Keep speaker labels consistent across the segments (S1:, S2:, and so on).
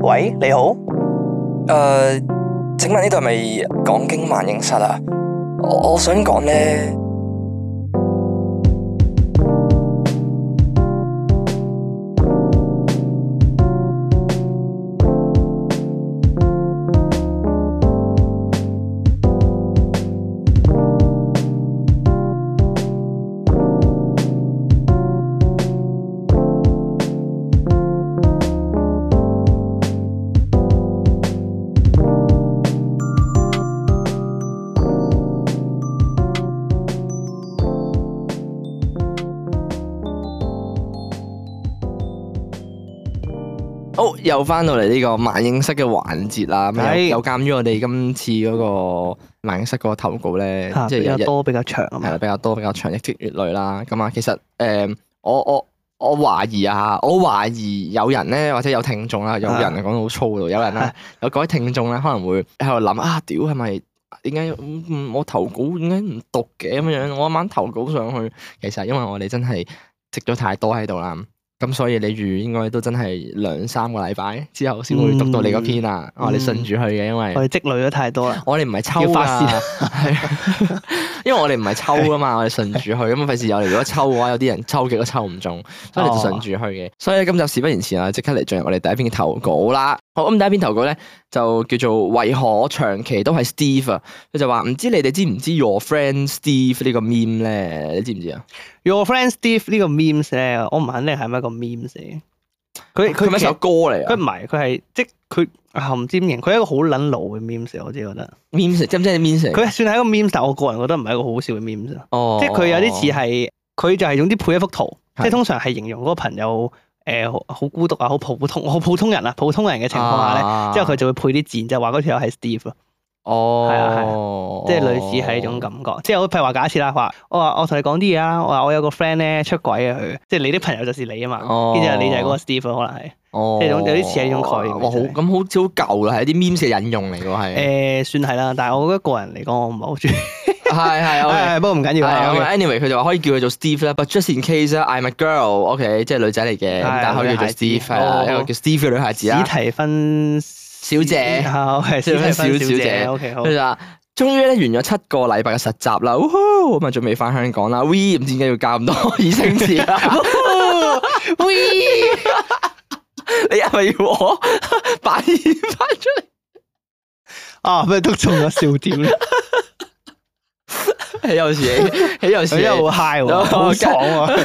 S1: 喂，你好，
S2: 誒、呃請問呢度係咪港經萬應室啊？我我想講咧，好又翻到嚟呢個萬應室嘅環節啦。咁
S1: 係
S2: 有有鑑於我哋今次嗰個萬應室嗰個投稿咧
S1: 嚇，
S2: 即
S1: 啊比較
S2: 係
S1: 多比較長啊
S2: 係
S1: 嘛
S2: 啦，，比較多比較長，日積月累啦。咁啊，其實誒、我我我懷疑啊，我懷疑有人咧，或者有聽眾啦，有人
S1: 啊
S2: 講到好粗度，有 人啦，有各位聽眾咧，可能會喺度諗啊，屌係咪？點解嗯我投稿點解唔讀嘅咁樣？我啱啱投稿上去，其實因為我哋真係積咗太多喺度啦，咁所以你預應該都真係兩三個禮拜之後先會讀到你嗰篇啊！
S1: 嗯
S2: 我哋順住去嘅，因為
S1: 我哋積累咗太多啦，
S2: 我哋唔係抽
S1: 要
S2: 噶，
S1: 發泄
S2: 係因為我哋唔係抽 噶嘛，我哋順住去，咁費事有嚟如果抽嘅話，有啲人抽極都抽唔中，所以你就順住去
S1: 哦
S2: 嘅。所以今集事不宜遲啊，即刻嚟進入我哋第一篇嘅投稿啦。好，咁第一篇投稿咧就叫做為何長期都係 Steve 啊？佢就話唔知你哋知唔知 Your Friend Steve 呢個 meme 咧？你知唔知啊？
S1: Your friend Steve 呢個 memes 咧，我唔肯定係咪一個 memes 嚟嘅。佢
S2: 佢
S1: 佢
S2: 咪一
S1: 其
S2: 首
S1: 實
S2: 歌嚟
S1: 佢
S2: 啊
S1: 唔係，佢係即佢啊唔知點形，佢係一個好撚老嘅 memes，嚟我自己覺得。
S2: ？meme 知唔知係 meme 嚟？
S1: 佢算係一個 memes，但我個人覺得唔係一個好好笑嘅 memes 啊。
S2: 哦
S1: 即係佢有啲似係佢就係總之配一幅圖，
S2: 係
S1: 即係通常係形容嗰個朋友誒好好孤獨啊，好普通好普通人啊，普通人嘅情況下咧，
S2: 咧
S1: 之後佢就會配啲箭，就話嗰條友係 Steve 啊咯。
S2: 哦，
S1: 係啊係即係類似係一種感覺，即係我譬如話假設啦，話我話我同你講啲嘢啦，我話我有個 friend 咧出軌啊佢，即係你啲朋友就是你啊嘛，
S2: 哦
S1: 跟住你就係嗰個 Steve 啊咯可能係，
S2: 哦，
S1: 即係有有啲似係呢種概念
S2: 哇，好
S1: 真係
S2: 咁好似好舊啦，係一啲 meme 嘅引用嚟喎，係。
S1: 誒、算係啦，但係我覺得個人嚟講我唔係好中意，
S2: 係係 OK。啊
S1: 係不過唔緊要啊
S2: 係
S1: 係 OK，
S2: 咁，anyway，佢就話可以叫佢做 Steve 啦，but just in case 啦，I'm a girl，OK，即係女仔嚟嘅，
S1: 係
S2: 咁但係可以叫做
S1: 女孩
S2: Steve，
S1: 子
S2: 係啦，
S1: 哦
S2: 一個叫 Steve 嘅女孩子
S1: 史
S2: 啦。
S1: 提芬
S2: 啊小 姐
S1: 係史提芬小
S2: 小姐
S1: 姐，OK 好
S2: 佢，就話：終於咧完咗七個禮拜嘅實習啦，呼呼咁啊準備翻香港啦。We 唔知點解要教咁多擬聲詞啊啦。We 你係咪要我 扮演翻出嚟？
S1: 啊咩都中咗笑點 啦，
S2: 豈有時你，豈有時
S1: 佢
S2: 你
S1: 真係好 high 喎，好爽
S2: 啊
S1: 啊喎，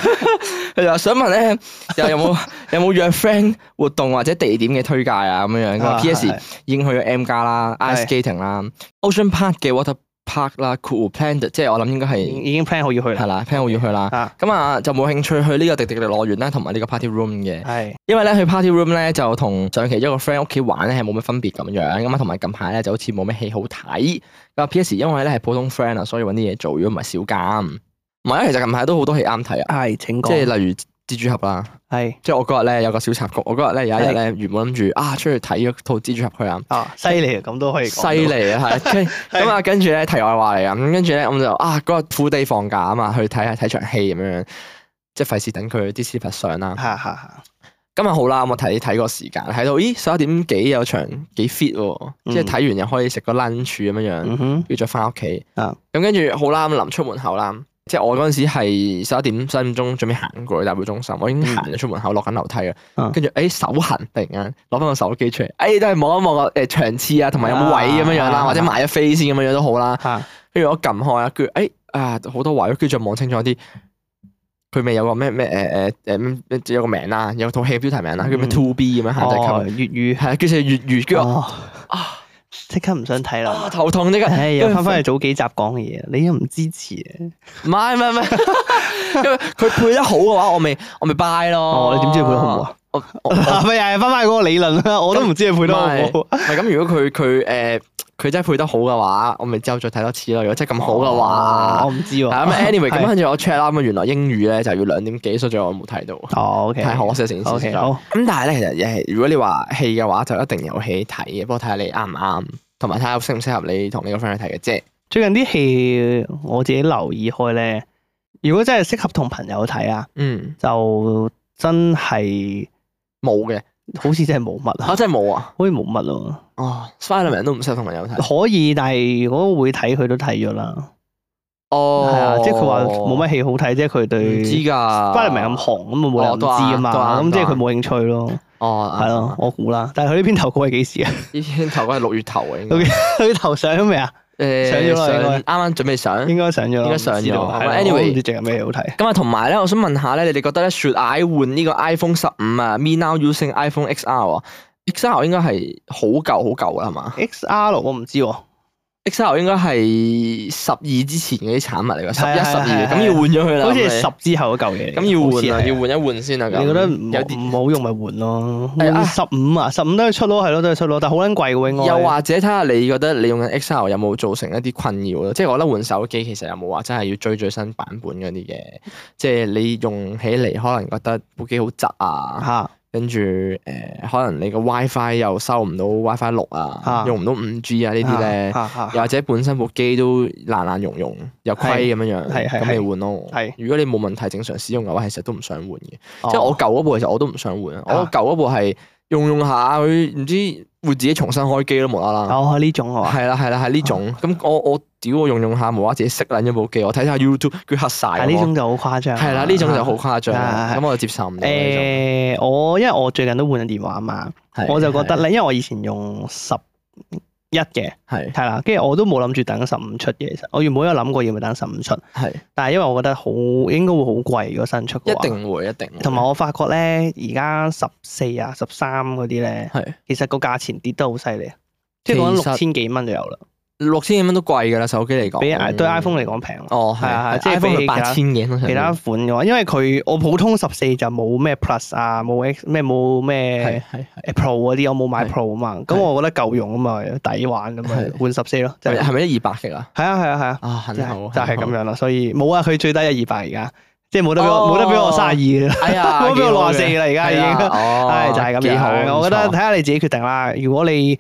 S2: 佢就話啊想問咧，又有冇 有冇約 friend 活動或者地點嘅推介啊咁樣樣。佢話
S1: 啊
S2: P.S.
S1: 係
S2: 已經去咗 M 加啦，ice
S1: 係
S2: skating 啦，Ocean Park 嘅 water park 啦，Cool Planet，即係我諗應該
S1: 已
S2: 係
S1: 經已經 plan 好要去啦，
S2: 係 啦，plan 好要去啦。
S1: 嗯啊
S2: 咁啊，就冇興趣去呢個迪迪迪樂園啦，同埋呢個 party room 嘅，
S1: 係
S2: 因為咧去 party room 咧就同上期一個 friend 屋企玩咧係冇乜分別咁樣，咁啊同埋近排咧就好似冇咩戲好睇。咁啊 P.S. 因為咧係普通 friend 啊，所以揾啲嘢做，如果唔係少減。唔係啊，其實近排都好多戲啱睇啊，
S1: 係請
S2: 即
S1: 講
S2: 係例如蜘蛛俠啦。
S1: 係
S2: 即係我嗰日咧有個小插曲，我嗰日咧有一日咧原本諗住啊出去睇咗套蜘蛛俠去啊，
S1: 啊犀利啊咁都可以講
S2: 犀
S1: 到，
S2: 利啊係，跟咁啊跟住咧題外話嚟啊，咁跟住咧我就啊嗰日 full day 放假啊嘛，去睇下睇場戲咁樣，即係費事等佢啲 s l 上啦。
S1: 嚇嚇嚇，
S2: 今日好啦，我睇睇個時間，睇到咦十一點幾有場幾 fit 喎，
S1: 嗯
S2: 即係睇完又可以食個 lunch 咁樣樣。
S1: 嗯哼。
S2: 要再翻屋企。
S1: 啊
S2: 咁跟住好啦，咁臨出門口啦，即係我嗰陣時係十一點十點鐘準備行過去大會中心，我已經行咗出門口，落緊樓梯啦
S1: 嗯啊。
S2: 跟住誒手痕，突然間攞翻個手機出嚟，哎誒都係望一望個誒場次啊，同埋有冇位咁樣樣啦，
S1: 啊
S2: 或者買咗飛先咁樣樣都好啦。
S1: 吓
S2: 跟住我撳開啊，跟住誒啊好多位，跟住再望清楚啲。佢咪有個咩咩誒誒誒咩有個名啦，有套戲標題名啦，叫咩
S1: 嗯哦
S2: Two B 咁樣限制級啊，
S1: 粵語，
S2: 係啊，跟住粵語，跟住我
S1: 啊，即刻唔想睇
S2: 啊
S1: 啦。
S2: 頭痛呢個，
S1: 哦唉，
S2: 跟
S1: 又
S2: 住
S1: 翻翻去早幾集講嘅嘢，你又唔支持嘅？
S2: 唔係唔係唔係，因為佢配得好嘅話，我咪我咪 buy 咯。
S1: 哦，你點知佢配得好唔好啊？
S2: 我？我
S1: 嗱，咪又係翻翻嗰個理論啦，我都唔知佢配得好
S2: 唔
S1: 唔好。
S2: 係咁，如果佢佢誒佢真係配得好嘅話，我咪之後再睇多次咯。如果真係咁好嘅
S1: 哦
S2: 話，
S1: 我唔知
S2: 係啊
S1: 喎。
S2: 咁 anyway 咁
S1: 係
S2: 跟住我 check 啦，咁原來英語咧就要兩點幾，所以我冇 睇到，
S1: 哦，OK，
S2: 太可惜成件
S1: o
S2: 事
S1: k
S2: 就。
S1: 好，
S2: 咁但係咧，其實誒，如果你話戲嘅話，就一定有戲睇嘅，不過睇下你啱唔啱，同埋睇下適唔適合你同你個 friend 去睇嘅啫。
S1: 最近啲戲我自己留意開咧，如果嗯真係適合同朋友睇啊，
S2: 嗯，
S1: 就真係
S2: 冇嘅，
S1: 好似真係冇乜啊啊
S2: 嚇，真係冇啊！
S1: 好似冇乜咯。
S2: 哦，Spiderman 都唔適合同朋友睇。
S1: 可以，但係如果會睇佢都睇咗啦。
S2: 哦，
S1: 係啊，即係佢話冇乜戲好睇，即係佢
S2: 唔
S1: 對
S2: 知
S1: Spiderman
S2: 㗎。
S1: 咁紅，咁啊冇
S2: 哦
S1: 人唔
S2: 都
S1: 知
S2: 啱
S1: 啊
S2: 都
S1: 嘛，
S2: 啱
S1: 咁即係
S2: 都啱
S1: 佢冇興趣咯。
S2: 哦，
S1: 係咯，我估啦。但係佢呢篇投稿係幾時啊？
S2: 呢篇投稿係六月頭啊嘅，應該
S1: OK 佢投上咗未啊？
S2: 誒
S1: 上咗啦應該
S2: 上啱啱準備上。
S1: 應該上咗啦，
S2: 啊應該上咗
S1: 唔知道係啦
S2: Anyway
S1: 我都唔知淨係咩好睇。
S2: 咁啊，同埋咧，我想問下咧，你哋覺得咧，should I 換呢個 iPhone 十五啊？Me now using iPhone XR 啊，XR 應該係好舊好舊啦，係嘛
S1: XR 我唔知喎，
S2: ？XR 應該係十二之前嗰啲產物嚟㗎，十
S1: 係啊
S2: 一、十
S1: 係
S2: 二，
S1: 啊
S2: 咁要換咗佢啦。
S1: 好似係
S2: 咁你
S1: 十之後嗰嚿嘢嚟嘅。
S2: 咁要換
S1: 好
S2: 啊，
S1: 似係
S2: 要換一換先啊。咁
S1: 你覺得唔
S2: 有啲？
S1: 唔好用咪換咯？
S2: 係啊
S1: 換十五啊，十五都係出咯，係咯，都係出咯，但係好撚貴喎應該。
S2: 又或者睇下你覺得你用緊 XR 有冇造成一啲困擾咯？即係我覺得換手機其實有冇話真係要追最新版本嗰啲嘅？即係你用起嚟可能覺得部機好窒啊。
S1: 嚇
S2: 跟住誒、可能你個 WiFi 又收唔到 WiFi 六啊，
S1: 啊
S2: 用唔到五 G 啊呢啲咧，
S1: 嚇嚇
S2: 又或者本身部機都爛爛溶溶又虧咁樣樣，
S1: 係係
S2: 咁你
S1: 係
S2: 換咯。
S1: 係
S2: 如果你冇問題正常使用嘅話，其實都唔想換嘅。
S1: 哦
S2: 即係我舊嗰部其實我都唔想換啊，我
S1: 啊
S2: 舊嗰部係用用下佢唔知會自己重新開機咯，無啦啦。
S1: 哦啊呢種係嘛？
S2: 係啦係啦係呢種，咁我我屌我用用下無啦啦自己熄撚咗部機，我睇下 YouTube 佢黑晒
S1: 啊係呢
S2: 我。
S1: 種就好誇張。
S2: 係啦，呢種就好。誇張啦，
S1: 啊
S2: 咁我就接受唔到呢種。
S1: 誒，我因為我最近都換咗電話嘛，
S2: 係
S1: 我就覺得咧，因為我以前用十一嘅，
S2: 係
S1: 係啦，跟住我都冇諗住等十五出嘅，其實我原本有諗過要咪等十五出，
S2: 係。
S1: 但係因為我覺得好應該會好貴，如果新出
S2: 一
S1: 嘅話。
S2: 定會，一定會。
S1: 同埋我發覺咧，而家十四啊、十三嗰啲咧，
S2: 係
S1: 其實個價錢跌得好犀利，啊即係講緊
S2: 其實哦
S1: 六千幾蚊就有啦。
S2: 六千幾蚊都貴㗎啦，手機嚟講。
S1: 比 i 對 iPhone 嚟講平咯，
S2: 哦
S1: 係啊
S2: 係，
S1: 即係比
S2: iPhone 係
S1: 起
S2: 八千幾通常都
S1: 其他款嘅話，因為佢我普通十四就冇咩 Plus 啊，冇 X 咩冇
S2: 係
S1: 咩
S2: 係係
S1: Pro 嗰啲，我冇買
S2: 係
S1: Pro 啊嘛，
S2: 係
S1: 咁我覺得夠用啊嘛，抵玩咁
S2: 係
S1: 啊，換十四咯，就
S2: 係咪
S1: 係
S2: 係咪一二百嘅啊？
S1: 係啊係啊係啊，
S2: 啊，很
S1: 就
S2: 好，
S1: 係就係
S2: 很好
S1: 咁。樣啦，所以冇啊，佢最低一二百而家，即係冇得俾我冇得俾我卅二啦，
S2: 哎呀，
S1: 冇得俾 我
S2: 幾哦好
S1: 六
S2: 嘅
S1: 十四啦，而家已
S2: 係
S1: 經
S2: 啊，哦
S1: 係就係咁
S2: 幾
S1: 樣。
S2: 好
S1: 我覺得
S2: 唔
S1: 睇
S2: 錯
S1: 下你自己決定啦。如果你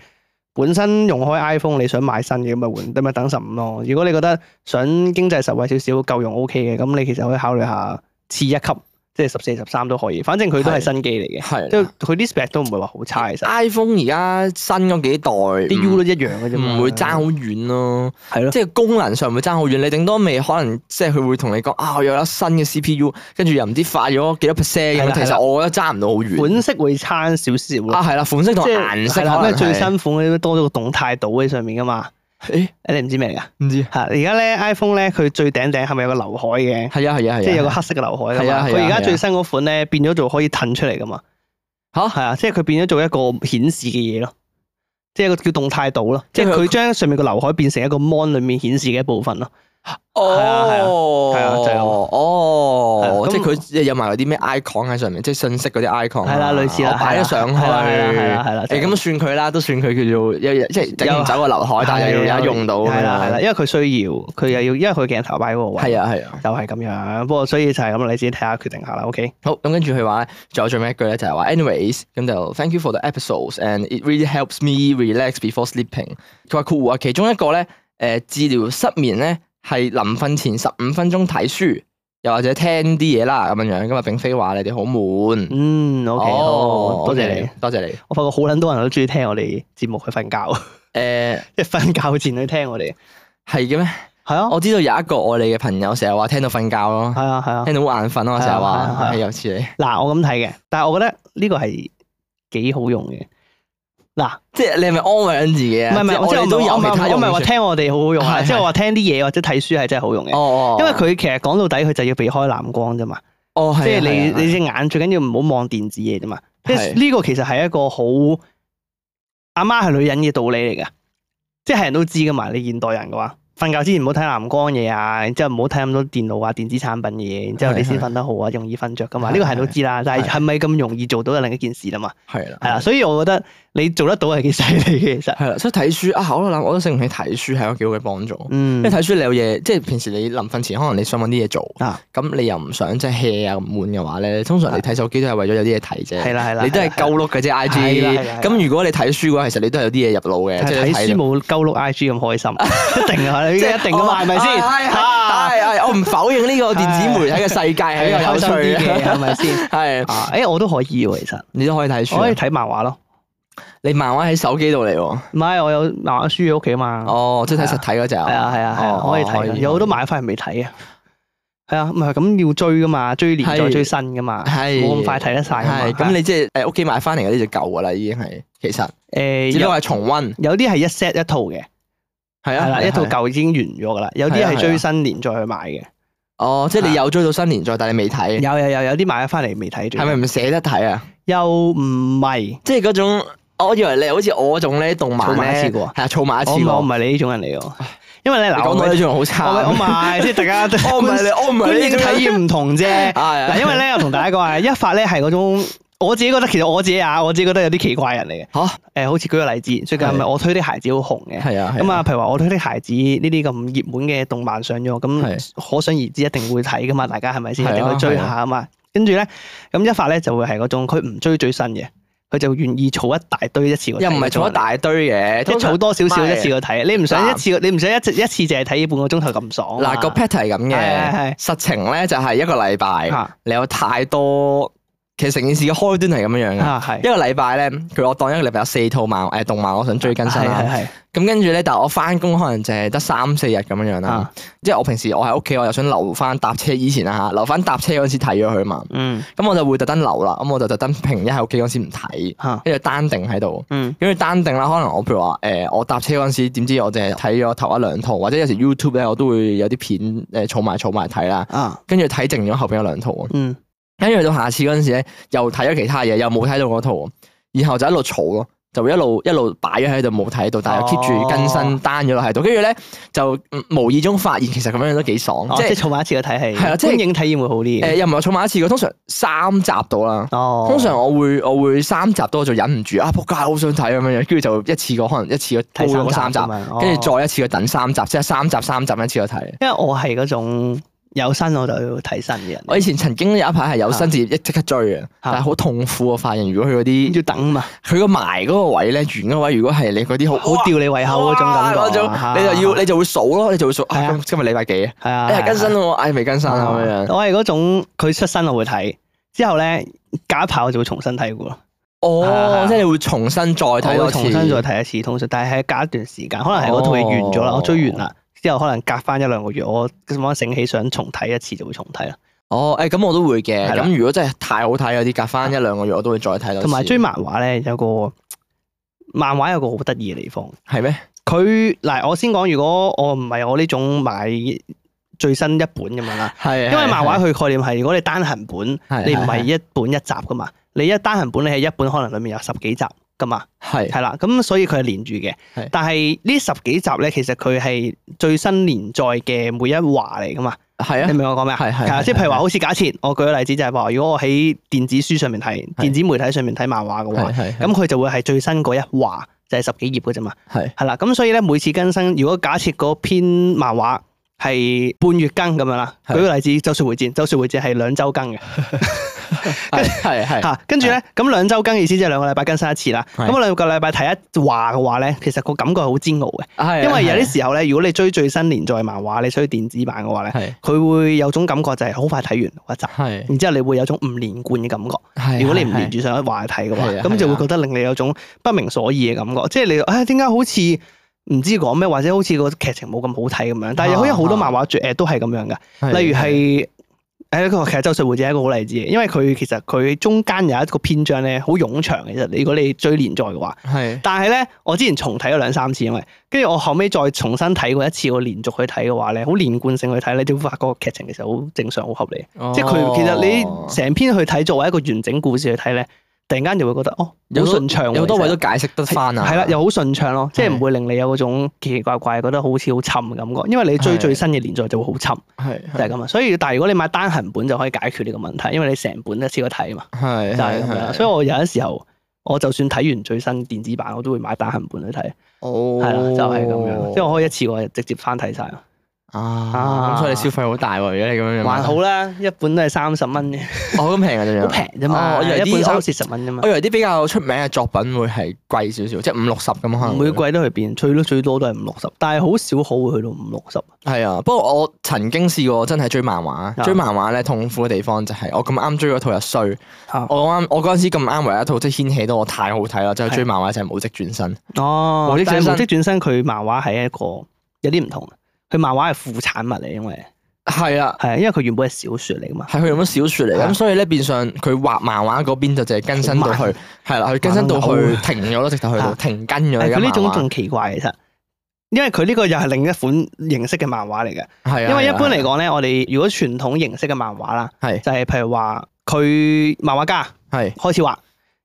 S1: 本身用開 iPhone，你想買新嘅咁咪換，咁咪等十五咯。如果你覺得想經濟實惠少少夠用 OK 嘅，咁你其實可以考慮下次一級，即係十四、十三都可以。反正佢都係新機嚟嘅，
S2: 係啊
S1: 即係佢啲 spec 都唔係話好差，其實
S2: iPhone 而家新嗰幾代
S1: 啲 U 都一樣嘅啫嘛，
S2: 嗯唔會爭好遠咯，
S1: 係咯。
S2: 即係功能上唔會爭好遠。你頂多未可能即係佢會同你講啊，我有粒新嘅 CPU，跟住又唔知快咗幾多 percent
S1: 係
S2: 咁
S1: 啦
S2: 樣。其
S1: 係
S2: 實
S1: 啦
S2: 我覺得爭唔到好遠。
S1: 款式會差少少
S2: 啊，
S1: 咯，
S2: 係啦，款式同
S1: 即
S2: 顏
S1: 係
S2: 色
S1: 係
S2: 可
S1: 啦，
S2: 能
S1: 咩最
S2: 係
S1: 新款嗰啲都多咗個動態島喺上面噶嘛？
S2: 誒
S1: 誒，你唔知咩嚟㗎？
S2: 唔知
S1: 嚇！而家咧 iPhone 咧，佢最頂頂係咪有個劉海嘅？
S2: 係啊係啊係啊，
S1: 即係有個黑色嘅劉海㗎
S2: 係啊
S1: 嘛。
S2: 係啊
S1: 佢而
S2: 係啊
S1: 家最新嗰款咧變咗做可以褪出嚟噶嘛。
S2: 嚇
S1: 係啊，即係佢變咗做一個顯示嘅嘢咯，即係一個叫動態度咯，
S2: 即
S1: 即
S2: 係
S1: 係
S2: 佢
S1: 佢將上面個劉海變成一個 mon 裡面顯示嘅一部分咯。
S2: 哦，
S1: 係啊係啊就係咁
S2: 哦，
S1: 係啊
S2: 即係
S1: 咁
S2: 佢有埋嗰啲咩 icon 喺上面，即係信息嗰啲 icon，啊
S1: 係啦，類似啦，
S2: 我擺咗上去，
S1: 係啦，係啦，係啦，
S2: 誒咁算佢啦，都算佢叫做有即係啊整唔走個劉海，但係又有用到咁樣
S1: 係啦，係啦，因為佢需要，佢又要，因為佢鏡頭擺嗰個位，
S2: 係啊係啊。
S1: 就係咁樣。不過所以就係咁啦，你自己睇下決定下啦。OK，
S2: 好，咁跟住佢話咧，仲有最尾一句咧就係話，anyways，咁就 thank you for the episodes and it really helps me relax before sleeping。佢話括弧啊，其中一個咧，誒、治療失眠咧係臨瞓前十五分鐘睇書，又或者聽啲嘢啦咁樣樣。咁啊，並非話你哋好悶。
S1: 嗯，OK，
S2: 哦
S1: 好，多謝
S2: OK，
S1: 你。
S2: 多謝你。誒、
S1: 我發覺好撚多人都中意聽我哋節目去瞓覺， 即係瞓覺前去聽我哋。
S2: 係嘅咩？
S1: 係啊，
S2: 我知道有一個我哋嘅朋友成日話聽到瞓覺咯，
S1: 係啊，係啊。
S2: 聽到好眼瞓咯，成日
S1: 係啊係啊係
S2: 話
S1: 啊
S2: 係有似你，
S1: 嗱，我咁睇嘅，但係我覺得呢個係幾好用嘅。嗱，
S2: 即係你係咪安慰緊自己
S1: 唔
S2: 啊？
S1: 係唔係，
S2: 我
S1: 即係
S2: 哋都
S1: 我
S2: 有
S1: 唔係
S2: 其
S1: 我唔
S2: 他用
S1: 係話
S2: 處
S1: 聽我哋好好用啊，
S2: 係
S1: 即
S2: 係
S1: 係我話聽啲嘢或者睇書係真係好用嘅
S2: 哦。哦，
S1: 因為佢其實講到底，佢就要避開藍光啫嘛，
S2: 哦，
S1: 即係你你
S2: 你
S1: 隻眼最緊要唔好望電子嘢啫嘛。即
S2: 係
S1: 係呢個其實係一個好阿媽係女人嘅道理嚟噶，即係人都知噶嘛。你現代人嘅話，瞓覺之前唔好睇藍光嘢啊，然之後唔好睇咁多電腦啊、電子產品嘢，然之後你先瞓得好啊，容易瞓着噶嘛。呢個係人都知啦，但係係咪咁容易做到係另一件事啦嘛？
S2: 係啦，
S1: 係啦，所以我覺得你做得到係幾犀利嘅，其實。
S2: 係啦，所以睇書啊，我都諗，我都醒唔起睇書係有幾好嘅幫助。因
S1: 嗯
S2: 為睇書你有嘢，即係平時你臨瞓前可能你想揾啲嘢做，
S1: 啊，
S2: 咁你又唔想即係 hea 啊悶嘅話咧，通常你睇手機都係為咗有啲嘢睇啫。
S1: 係啦係啦，
S2: 你都係鳩碌嘅啫，I G。
S1: 係啦係啦係啦
S2: 咁如果你睇書嘅話，其實你都係有啲嘢入腦嘅，
S1: 係
S2: 即係
S1: 睇書冇鳩碌 I G 咁開心，一定啊，你一定噶嘛，係咪先？
S2: 係係
S1: 啊
S2: 係我唔否認呢個電子媒體嘅世界係比較有趣嘅，
S1: 係咪先？
S2: 係
S1: 啊，誒，我都可以喎，其實
S2: 你都可以睇
S1: 我可以
S2: 書啊。
S1: 睇漫畫咯。
S2: 你漫畫喺手機度嚟喎，
S1: 唔係，我有漫畫書喺屋企嘛。
S2: 哦，即係睇實體嗰只
S1: 係啊係啊係啊，
S2: 哦
S1: 可以睇
S2: 可
S1: 㗎，
S2: 以
S1: 有好多買翻嚟未睇啊。係啊，唔係咁要追噶嘛，追連載
S2: 係
S1: 追新噶嘛，
S2: 係
S1: 冇咁快睇得晒㗎嘛。
S2: 係咁，你即係誒屋企買翻嚟嗰啲就舊噶啦，已經係其實
S1: 誒
S2: 只不
S1: 有
S2: 過係重温，
S1: 呃有啲係一 set 一套嘅，
S2: 係
S1: 係
S2: 啊，
S1: 啦，一套
S2: 係啊
S1: 舊已經完咗噶啦，有啲
S2: 係啊
S1: 係
S2: 係啊
S1: 追新連載去買嘅。
S2: 哦，即係你有追到新年再，但係你未睇，
S1: 有有有有啲買咗翻嚟未睇住，
S2: 係咪唔捨得睇啊？
S1: 又唔係？
S2: 即係嗰種，我以為你好似我嗰種咧，動漫
S1: 儲埋一次
S2: 咧，
S1: 過啊
S2: 係啊，儲埋一
S1: 我
S2: 次
S1: 唔我
S2: 過
S1: 唔。係你呢種人嚟喎，因為咧
S2: 你
S1: 嗱，我
S2: 講到呢
S1: 咪
S2: 種好
S1: 我咪我
S2: 差，
S1: 咪即係大家都
S2: 我唔係你，我唔
S1: 觀
S2: 係呢
S1: 影
S2: 種人
S1: 體驗唔同啫。
S2: 啊
S1: 嗱，因為咧，我同大家講啊，一發咧係嗰種，我自己覺得其實我自己啊，我自己覺得有啲奇怪人嚟嘅。
S2: 嚇
S1: 誒，好似舉個例子，最近咪
S2: 係
S1: 我推的孩子好紅嘅。
S2: 係啊，
S1: 咁啊，譬如話我推的孩子呢啲咁熱門嘅動漫上咗，咁
S2: 係
S1: 可想而知一定會睇噶嘛，大家係咪先？
S2: 係啊
S1: 一定去追下啊嘛。跟住咧，咁一發咧就會係嗰種，佢唔追最新嘅，佢就願意儲一大堆一次過睇
S2: 又唔係
S1: 嗰種
S2: 儲一大堆嘅，
S1: 即係
S2: 通常
S1: 儲多少少一次
S2: 唔
S1: 過睇，你唔想
S2: 嗱
S1: 一次過，你唔想一次一次淨係睇半個鐘頭咁爽啊嘛。
S2: 嗱個 pattern 係咁
S1: 係係
S2: 嘅
S1: 係，
S2: 實情咧就係啊一個禮拜，
S1: 嚇
S2: 你有太多，其實成件事嘅開端係咁樣樣嘅。
S1: 啊係
S2: 一個禮拜咧，佢我當一個禮拜有四套漫誒動漫，我想追更新
S1: 係
S2: 啦。
S1: 係
S2: 咁跟住咧，但係我翻工可能就係得三四日咁樣樣
S1: 係
S2: 啦
S1: 啊。
S2: 即係我平時我喺屋企，我又想留翻搭車以前啦啊嚇，留翻搭車嗰陣時睇咗佢嘛。
S1: 嗯
S2: 咁我就會特登留啦，咁我就特登平一喺屋企嗰陣時唔睇，
S1: 嚇
S2: 跟住單定喺度。
S1: 嗯
S2: 因為單定啦，可能我譬如話誒、呃我搭車嗰陣時，點知我淨係睇咗頭一兩套，或者有時 YouTube 咧，我都會有啲片誒儲埋儲埋睇啦，
S1: 啊
S2: 跟住睇剩咗後邊有兩套喎，
S1: 嗯
S2: 跟住到下次嗰陣時咧，又睇咗其他嘢，又冇睇到嗰套喎，然後就一路儲咯，就一路一路擺咗喺度冇睇到，但係 keep 住更新
S1: 哦
S2: 單咗落喺度，跟住咧就嗯無意中發現其實咁樣都幾爽，
S1: 哦
S2: 即
S1: 即係
S2: 係誒、
S1: 儲埋一次嘅睇戲，
S2: 係啊即係
S1: 觀影體驗會好啲。
S2: 又唔係儲埋一次嘅，通常三集到啦。
S1: 哦，
S2: 通常我會我會三集多就忍唔住啊！仆街，好想睇咁樣樣，跟住就一次過可能一次過
S1: 睇
S2: 煲咗嗰
S1: 三
S2: 三集
S1: 集，咁樣
S2: 跟住
S1: 哦
S2: 再一次過等三集，即係三集三集一次過睇。
S1: 因為我係嗰種有新我就要睇新嘅人，
S2: 我以前曾經有一排係有新接一即刻追嘅，但係好痛苦啊我發現如果佢嗰啲
S1: 要等嘛，
S2: 佢個埋嗰個位咧，完嗰個位，如果係你嗰啲好
S1: 好吊你胃口嗰種感
S2: 哇
S1: 覺
S2: 嗰
S1: 啊，
S2: 種你就要你就會數咯，你就會數
S1: 係
S2: 啊
S1: 啊
S2: 今今日禮拜幾啊？
S1: 係啊，
S2: 哎呀更新
S1: 係啊
S2: 咯，哎未更新啊咁樣。
S1: 我係嗰種佢出新我會睇，之後咧隔一排我就會重新睇過咯，
S2: 哦
S1: 啊，
S2: 即係你會重新再睇
S1: 我
S2: 多
S1: 會
S2: 次，
S1: 重新再睇一次通常，但係喺隔一段時間，可能係嗰套嘢完咗啦，
S2: 哦
S1: 我追完啦。之後可能隔翻一兩個月，我咁樣醒起想重睇一次就會重睇啦。
S2: 哦，誒咁我都會嘅。
S1: 係啦
S2: 咁如果真係太好睇，有啲隔翻一兩個月我都會再睇多次。
S1: 同埋追漫畫咧，有個漫畫有個好得意嘅地方，
S2: 係咩？
S1: 佢嗱我先講，如果我唔係我呢種買最新一本咁樣啦，
S2: 係
S1: 因為漫畫佢概念係，如果你單行本，
S2: 係
S1: 你唔係一本一集噶嘛，你一單行本你係一本可能裡面有十幾集噶嘛，
S2: 係
S1: 係啦，咁所以佢係連住嘅
S2: 係。
S1: 但係呢十幾集咧，其實佢係最新連載嘅每一話嚟噶嘛，
S2: 係
S1: 你
S2: 啊，
S1: 明我講咩啊？
S2: 係係
S1: 係啊，
S2: 係
S1: 即係譬如話，好似假設我舉個例子就係話，如果我喺電子書上面睇、電子媒體上面睇漫畫嘅話
S2: 係，係
S1: 咁佢就會係最新嗰一話就係十幾頁嘅啫嘛。
S2: 係
S1: 係啦，咁所以咧每次更新，如果假設嗰篇漫畫係半月更咁樣啦，舉
S2: 係
S1: 個例子，《周説回戰》，《周説回戰》係兩週更嘅，
S2: 係係係
S1: 嚇，跟住咧咁兩週更嘅意思即係兩個禮拜更新一次啦。
S2: 係
S1: 咁我兩個禮拜睇一話嘅話咧，其實個感覺係好煎熬嘅，
S2: 係
S1: 因為有啲時候咧，如果你追最新連載漫畫，你追電子版嘅話咧，
S2: 係
S1: 佢會有種感覺就係好快睇完嗰一集。
S2: 係
S1: 然之後你會有種唔連貫嘅感覺，
S2: 係
S1: 如果你唔連住上一話睇嘅話，
S2: 係啊係啊
S1: 咁就會覺得令你有種不明所以嘅感覺，即係你唉點解好似唔知講咩，或者好似個劇情冇咁好睇咁樣。但係
S2: 啊
S1: 好似好多漫畫誒都係咁樣嘅，例如係誒呢個其實《周水會者》係一個好例子，因為佢其實佢中間有一個篇章咧好冗長嘅，其實如果你追連載嘅話。
S2: 係
S1: 但係咧，我之前重睇咗兩三次，因為跟住我後尾再重新睇過一次，我連續去睇嘅話咧，好連貫性去睇咧，你會發覺個劇情其實好正常、好合理。即係
S2: 哦
S1: 佢其實你成篇去睇，作為一個完整故事去睇咧，突然間就會覺得哦，好
S2: 有好多
S1: 順暢喎，
S2: 有好多位都
S1: 其實
S2: 解釋得翻啊，
S1: 係啦，又好順暢咯，即係
S2: 係
S1: 唔會令你有嗰種奇奇怪怪覺得好似好沉嘅感覺，因為你追
S2: 係
S1: 最新嘅連載就會好沉，
S2: 係
S1: 就係咁啊。所以但係如果你買單行本就可以解決呢個問題，因為你成本一次過睇嘛，
S2: 係
S1: 就係咁樣啦。所以我有陣時候我就算睇完最新電子版，我都會買單行本去睇，
S2: 哦
S1: 係啦，就係咁樣，即係我可以一次過直接翻睇晒。
S2: 啊，咁所以你消費好大喎，如果你咁樣買
S1: 還好啦，一本都係三十蚊嘅，
S2: 哦，咁平啊，仲要
S1: 好平啫嘛，
S2: 哦我以為
S1: 一
S2: 啲
S1: 本三四十蚊啫嘛
S2: 我，以為啲比較出名嘅作品會係貴少少，即係五六十咁可能
S1: 每
S2: 會。
S1: 季都去變，最多最多都係五六十，但係好少可會去到五六十。
S2: 係啊，不過我曾經試過真係追漫畫，追漫畫咧痛苦嘅地方就係我咁啱追嗰套又衰，
S1: 啊
S2: 我啱我嗰陣時咁啱唯一一套即係掀起到我太好睇啦，就係追漫畫就係無職轉身，
S1: 哦
S2: 無職轉
S1: 但係
S2: 身
S1: 無職轉身佢漫畫係一個有啲唔同，佢漫畫係副產物嚟，因為
S2: 係啊，
S1: 係因為佢原本係小説嚟噶嘛，
S2: 係佢用咗小説嚟，
S1: 係啊
S2: 咁所以咧變相佢畫漫畫嗰邊就淨係更新到
S1: 好慢
S2: 去，係啦，佢更新到
S1: 慢
S2: 去
S1: 慢
S2: 停咗咯，直頭去到
S1: 啊
S2: 停更咗而
S1: 係
S2: 家
S1: 佢呢
S2: 漫
S1: 種
S2: 畫。
S1: 仲奇怪其實，因為佢呢個又係另一款形式嘅漫畫嚟嘅。
S2: 係啊，
S1: 因為一
S2: 係啊
S1: 般嚟講咧，我哋如果傳統形式嘅漫畫啦，
S2: 係
S1: 就係譬如話佢漫畫家
S2: 係啊
S1: 開始畫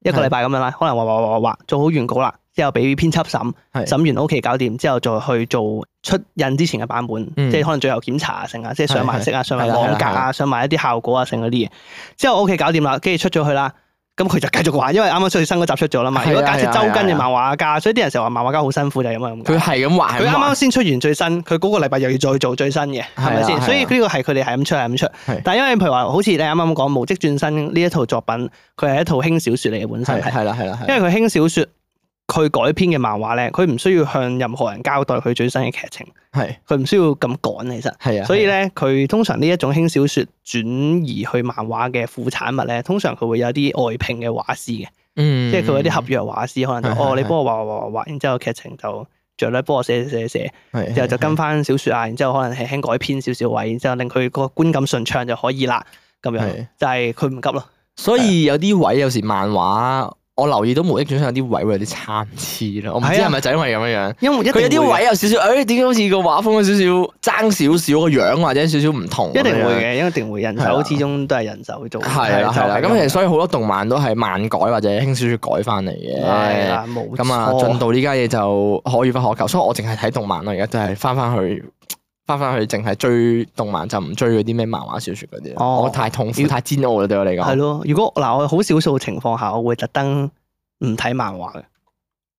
S1: 一個禮拜咁樣啦，可能畫畫畫畫畫做好原稿啦，之後俾編輯審，
S2: 係
S1: 審完 OK 搞掂，之後再去做出印之前嘅版本，
S2: 嗯
S1: 即係可能最後檢查啊成啊，即係上埋色啊、上埋
S2: 係啦
S1: 網格
S2: 係啦
S1: 啊、上埋一啲效果啊成嗰啲嘢，之後 OK 搞掂啦，跟住出咗去啦。咁佢就繼續畫，因為啱啱最新嗰集出咗啦嘛。
S2: 係啊
S1: 如果假設
S2: 係啊
S1: 周更
S2: 係
S1: 嘅
S2: 啊
S1: 漫畫家，所以啲人成日話漫畫家好辛苦就係因為咁解。
S2: 佢係咁畫，
S1: 佢啱啱先出完最新，佢嗰個禮拜又要再做最新嘅，係咪
S2: 係啊係
S1: 先？
S2: 啊
S1: 所以呢個係佢哋係咁出係咁出
S2: 係。
S1: 但係因為譬如話，好似你啱啱講《無職轉身》呢一套作品，佢係一套輕小説嚟嘅本身
S2: 係
S1: 係，
S2: 係啦係啦係
S1: 因
S2: 啦，
S1: 為佢輕小説佢改編嘅漫畫咧，佢唔需要向任何人交代佢最新嘅劇情，
S2: 係
S1: 佢唔需要咁趕其實。
S2: 係啊，
S1: 所以咧，佢通常呢一種輕小説轉移去漫畫嘅副產物咧，通常佢會有啲外聘嘅畫師嘅，
S2: 嗯，
S1: 即係佢有啲合
S2: 嗯
S1: 約畫師，可能就
S2: 係係
S1: 哦你
S2: 係
S1: 幫我畫畫畫畫畫，然之後劇情就着咧幫我寫寫寫寫。
S2: 係
S1: 之後就跟翻小説啊，然之後可能輕輕改編少少位，然之後令佢個觀感順暢就可以啦。咁樣
S2: 係
S1: 就係佢唔急咯。
S2: 所以有啲位有時漫畫，我留意到無益轉身有啲位會有啲參差咯。我唔知
S1: 係啊
S2: 係咪就因為咁樣樣，
S1: 因為一
S2: 佢有
S1: 定
S2: 啲
S1: 會
S2: 位有少少，誒點解好似個畫風有少少爭少少個樣或者少少唔同咁
S1: 嘅一
S2: 樣？
S1: 定會嘅，因為一定會人
S2: 係
S1: 手
S2: 啦
S1: 始終都係人手做。啊
S2: 係啦
S1: 就
S2: 係啦，啊咁
S1: 樣
S2: 其實所以好多動漫都係漫改或者輕小說改翻嚟
S1: 係
S2: 嘅。
S1: 啦，冇
S2: 咁啊，
S1: 錯
S2: 進度呢家嘢就可遇不可求，所以我淨係睇動漫咯。而家就係翻翻去，翻翻去淨係追動漫，就唔追嗰啲咩漫畫小說嗰啲。
S1: 哦
S2: 我太痛苦、太煎熬啦，對我嚟
S1: 係
S2: 講。
S1: 咯。如果嗱，我好少數情況下，我會特登唔睇漫畫嘅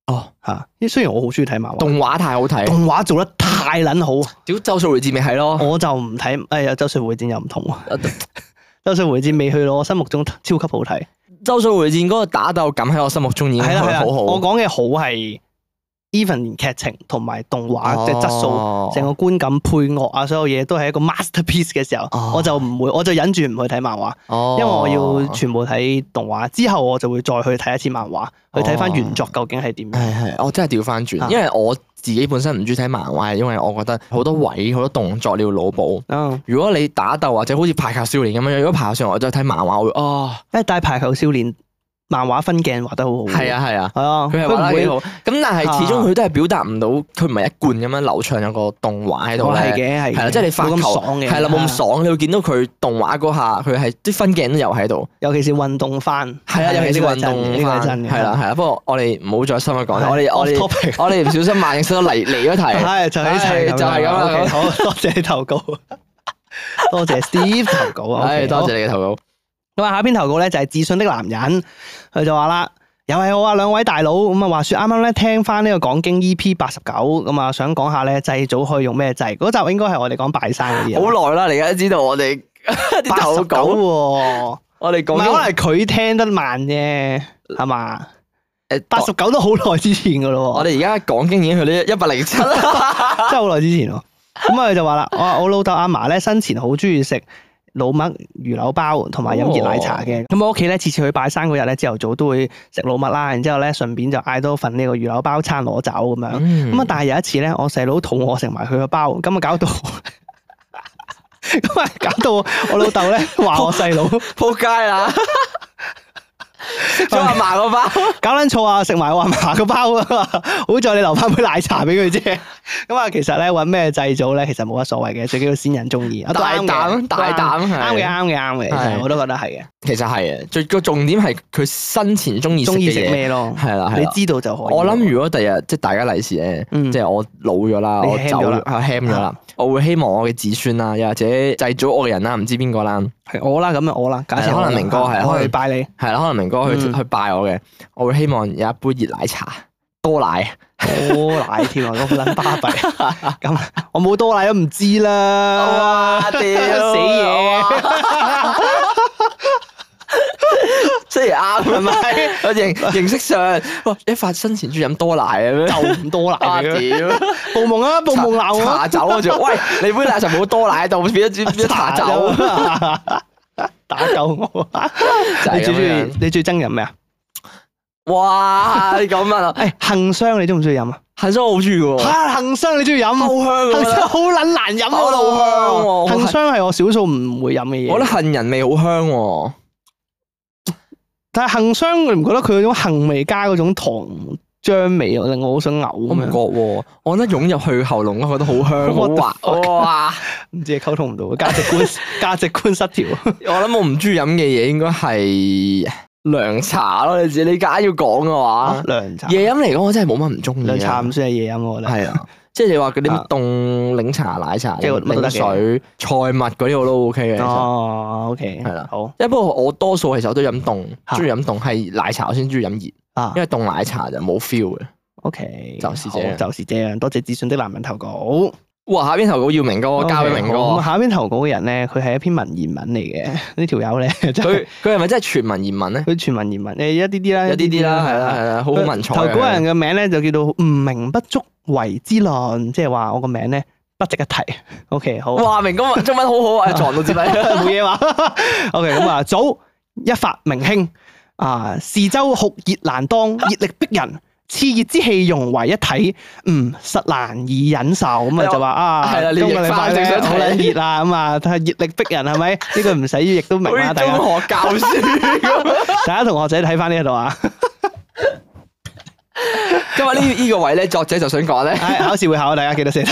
S2: 哦，
S1: 嚇。因為雖然我好中意睇漫畫，
S2: 動哦畫太好睇。
S1: 動畫做得太撚好，
S2: 屌周數回戰咪係咯，
S1: 我就唔睇。哎呀，周歲會戰又唔同
S2: 啊
S1: 喎。周歲會戰未去到我心目中超級好睇。
S2: 周數回戰嗰個打鬥感喺我心目中已經
S1: 係
S2: 係
S1: 啦係啦，
S2: 好
S1: 我
S2: 好。
S1: 講嘅好係 even 連劇情同埋動畫嘅質素，
S2: 哦
S1: 成個觀感、配樂啊，所有嘢都係一個 masterpiece 嘅時候，
S2: 哦
S1: 我就唔會，我就忍住唔去睇漫畫，因
S2: 哦
S1: 為我要全部睇動畫，之後我就會再去睇一次漫畫，去睇
S2: 哦
S1: 翻原作究竟係點樣。
S2: 係係，我真係調翻
S1: 啊
S2: 轉，因為我自己本身唔中意睇漫畫，係因為我覺得好多位好多動作你要腦補。
S1: 嗯，
S2: 如果你打鬥或者好似排球少年咁樣，如果排球少年我就睇漫畫會哦，
S1: 因為哎大排球少年漫畫分鏡畫得好好，
S2: 係，啊係啊，
S1: 係啊，
S2: 佢係
S1: 唔
S2: 畫得幾
S1: 會
S2: 好。咁但係
S1: 啊
S2: 始終佢都係表達唔到，佢唔係一貫咁樣流暢有個動畫喺度
S1: 我係
S2: 咧。
S1: 嘅，係嘅
S2: 係啦，即係你發
S1: 冇
S2: 球
S1: 咁爽嘅，啊
S2: 係啦，冇咁，爽，你會見到佢動畫嗰下，佢係啲分鏡都有喺度。
S1: 尤其是運動翻，
S2: 係啊，尤其是運動
S1: 呢個係
S2: 翻，
S1: 真嘅，
S2: 係啦，係啦。不過我哋唔好再深入講啦，
S1: 係
S2: 我哋
S1: off
S2: 我哋
S1: topic 啊
S2: 我哋唔小心萬應室都離離 咗題。
S1: 係就係
S2: 係就係咁啦
S1: OK，好多謝你投稿， 多謝 Steve 投稿啊。
S2: 唉，
S1: OK，
S2: 多
S1: 好
S2: 謝。你嘅投稿。
S1: 咁啊，下篇投稿咧就係自信的男人，佢就話啦。又係我啊，兩位大佬咁啊！話說啱啱咧聽翻呢個講經 E.P. 八十九咁啊，想講下咧祭祖可以用咩祭？嗰集應該係我哋講拜山嗰啲啊，
S2: 好耐啦，你而家知道我哋 啲
S1: 八十
S2: 投
S1: 九
S2: 稿，
S1: 喎，
S2: 我哋
S1: 唔
S2: 講
S1: 係可能
S2: 緊
S1: 係佢聽得慢啫，係嘛？
S2: 誒
S1: 八十，九都好耐之前噶咯喎
S2: 我。哋而家講經已經去到一百零七啦。
S1: 真係好耐之前喎。咁啊，佢就話啦，我話我老豆阿嫲咧生前好中意食老麥魚柳包同埋飲熱奶茶嘅。咁我屋企咧次次去拜山嗰日咧，朝頭早都會食老麥啦，然之後咧順便就嗌多份呢個魚柳包餐攞走咁樣。咁
S2: 咁
S1: 啊，但係有一次咧，我細佬肚餓食埋佢個包，咁啊搞到咁啊搞到我老豆咧話我細佬。
S2: 仆街 啊啦，食咗阿嫲個包。
S1: 搞撚錯啊！食埋我阿嫲個包啊！好在你留翻杯奶茶俾佢啫。咁啊，其實咧揾咩製造咧，其實冇乜所謂嘅，最緊要先人中意。啊都
S2: 大
S1: 啱嘅
S2: 膽
S1: 都
S2: 大膽係
S1: 啱嘅，啱嘅，啱嘅。其實
S2: 係
S1: 我都覺得係
S2: 其實係啊，最個重點係佢生前中意
S1: 嘅，
S2: 食
S1: 中意食
S2: 嘅嘢。
S1: 咩咯？
S2: 係啦，係
S1: 你
S2: 啦。
S1: 知道就可以。
S2: 我諗如果第日即係大家利是咧，
S1: 嗯
S2: 即係我老咗啦，
S1: 你
S2: 我
S1: ham
S2: 走
S1: 咗啦
S2: 啊 ham 咗啦，我會希望我嘅子孫啦，又或者祭祖我嘅人啦，唔知邊個啦，
S1: 係我啦，咁樣我啦，假設
S2: 係
S1: 我啦
S2: 可能明哥係
S1: 我
S2: 可
S1: 去
S2: 能
S1: 拜你。
S2: 係啦，可能明哥去
S1: 嗯
S2: 去拜我嘅，我會希望有一杯熱奶茶，多奶，
S1: 多奶添啊，咁撚巴閉。咁我冇多奶都唔知啦。
S2: 哇！屌
S1: 死嘢！
S2: 雖然啱啊係咪？我認認識上，哇！你發生前要飲多奶咁樣，
S1: 就唔多奶
S2: 啊
S1: 嚟嘅，
S2: 屌！
S1: 暴夢啊，暴夢鬧我啊
S2: 茶，酒啊，仲喂你杯奶茶冇多奶度，變咗變咗茶酒，
S1: 啊，打救我啊！
S2: 就
S1: 你最中
S2: 係咁
S1: 意
S2: 樣。
S1: 你最憎飲咩啊？
S2: 哇！你咁問啊，
S1: 誒，杏霜你中唔中意飲啊？
S2: 杏霜我好中意喎，
S1: 嚇，杏霜你中意飲？
S2: 哦好香
S1: 杏
S2: 啊！
S1: 霜 好撚難飲
S2: 好老香
S1: 啊！
S2: 喎我
S1: 杏霜係我少數唔會飲嘅嘢。
S2: 我覺得杏仁味好香喎，
S1: 但係杏霜，你唔覺得佢嗰種杏味加嗰種糖漿味，令我好想嘔
S2: 我唔
S1: 咁
S2: 覺
S1: 樣？
S2: 喎，我覺得湧入去喉嚨，我覺得好香，
S1: What the
S2: 好滑，哇！
S1: 唔知係溝通唔到，價值 觀價值觀失調。啊
S2: 我諗我唔中意飲嘅嘢應該係涼茶咯，你自己你假要講嘅話，
S1: 啊涼茶，
S2: 夜飲嚟講我真係冇乜唔中意啊。
S1: 涼茶唔算係夜飲，我覺得。
S2: 係啊，即係你話嗰啲
S1: 啊
S2: 咩凍檸茶、奶茶、
S1: 即係乜都得
S2: 檸
S1: 嘅
S2: 水、菜蜜嗰啲我都 OK 嘅。其實
S1: 哦，OK，
S2: 係啦
S1: 好
S2: 因為不過我多數其實我都飲凍，
S1: 嚇
S2: 中意飲凍係奶茶我先中意飲熱，
S1: 啊
S2: 因為凍奶茶就冇 feel 嘅。
S1: ，OK，
S2: 就是這
S1: 好
S2: 樣
S1: 就是這樣。多謝自信的男人投稿，
S2: 哇！下邊投稿耀明哥，交俾
S1: OK，好
S2: 明
S1: 咁
S2: 哥，
S1: 下邊投稿嘅人咧，佢係一篇文言文嚟嘅， 呢條友咧，真係
S2: 佢佢係咪真係全文言 文咧？
S1: 佢全文言文，誒一啲啲啦，
S2: 有啲啲啦，係啦係啦，好好文采啊。
S1: 哎投稿人嘅名咧就叫做唔明不足為之論，即係話我個名咧不值一提。OK，好，冇
S2: 哇！明哥中文好好啊， 撞到支 筆。
S1: 嘢話。OK，咁 啊，早一發明興啊，是周酷熱難當，熱力逼人。熾熱之氣融為一體，嗯，實難以忍受，咁啊就話啊，
S2: 係啦你
S1: 今個
S2: 譯
S1: 禮
S2: 返
S1: 拜
S2: 正
S1: 咧
S2: 想睇
S1: 好撚熱啦，咁啊，睇下熱力逼人係咪？呢句唔使譯都明啦，
S2: 好似
S1: 大家
S2: 中學教書咁。
S1: 大家同學仔睇翻呢一度啊，
S2: 今日呢呢個位咧，作者就想講咧，
S1: 唉考試會考啊，大家記得 先。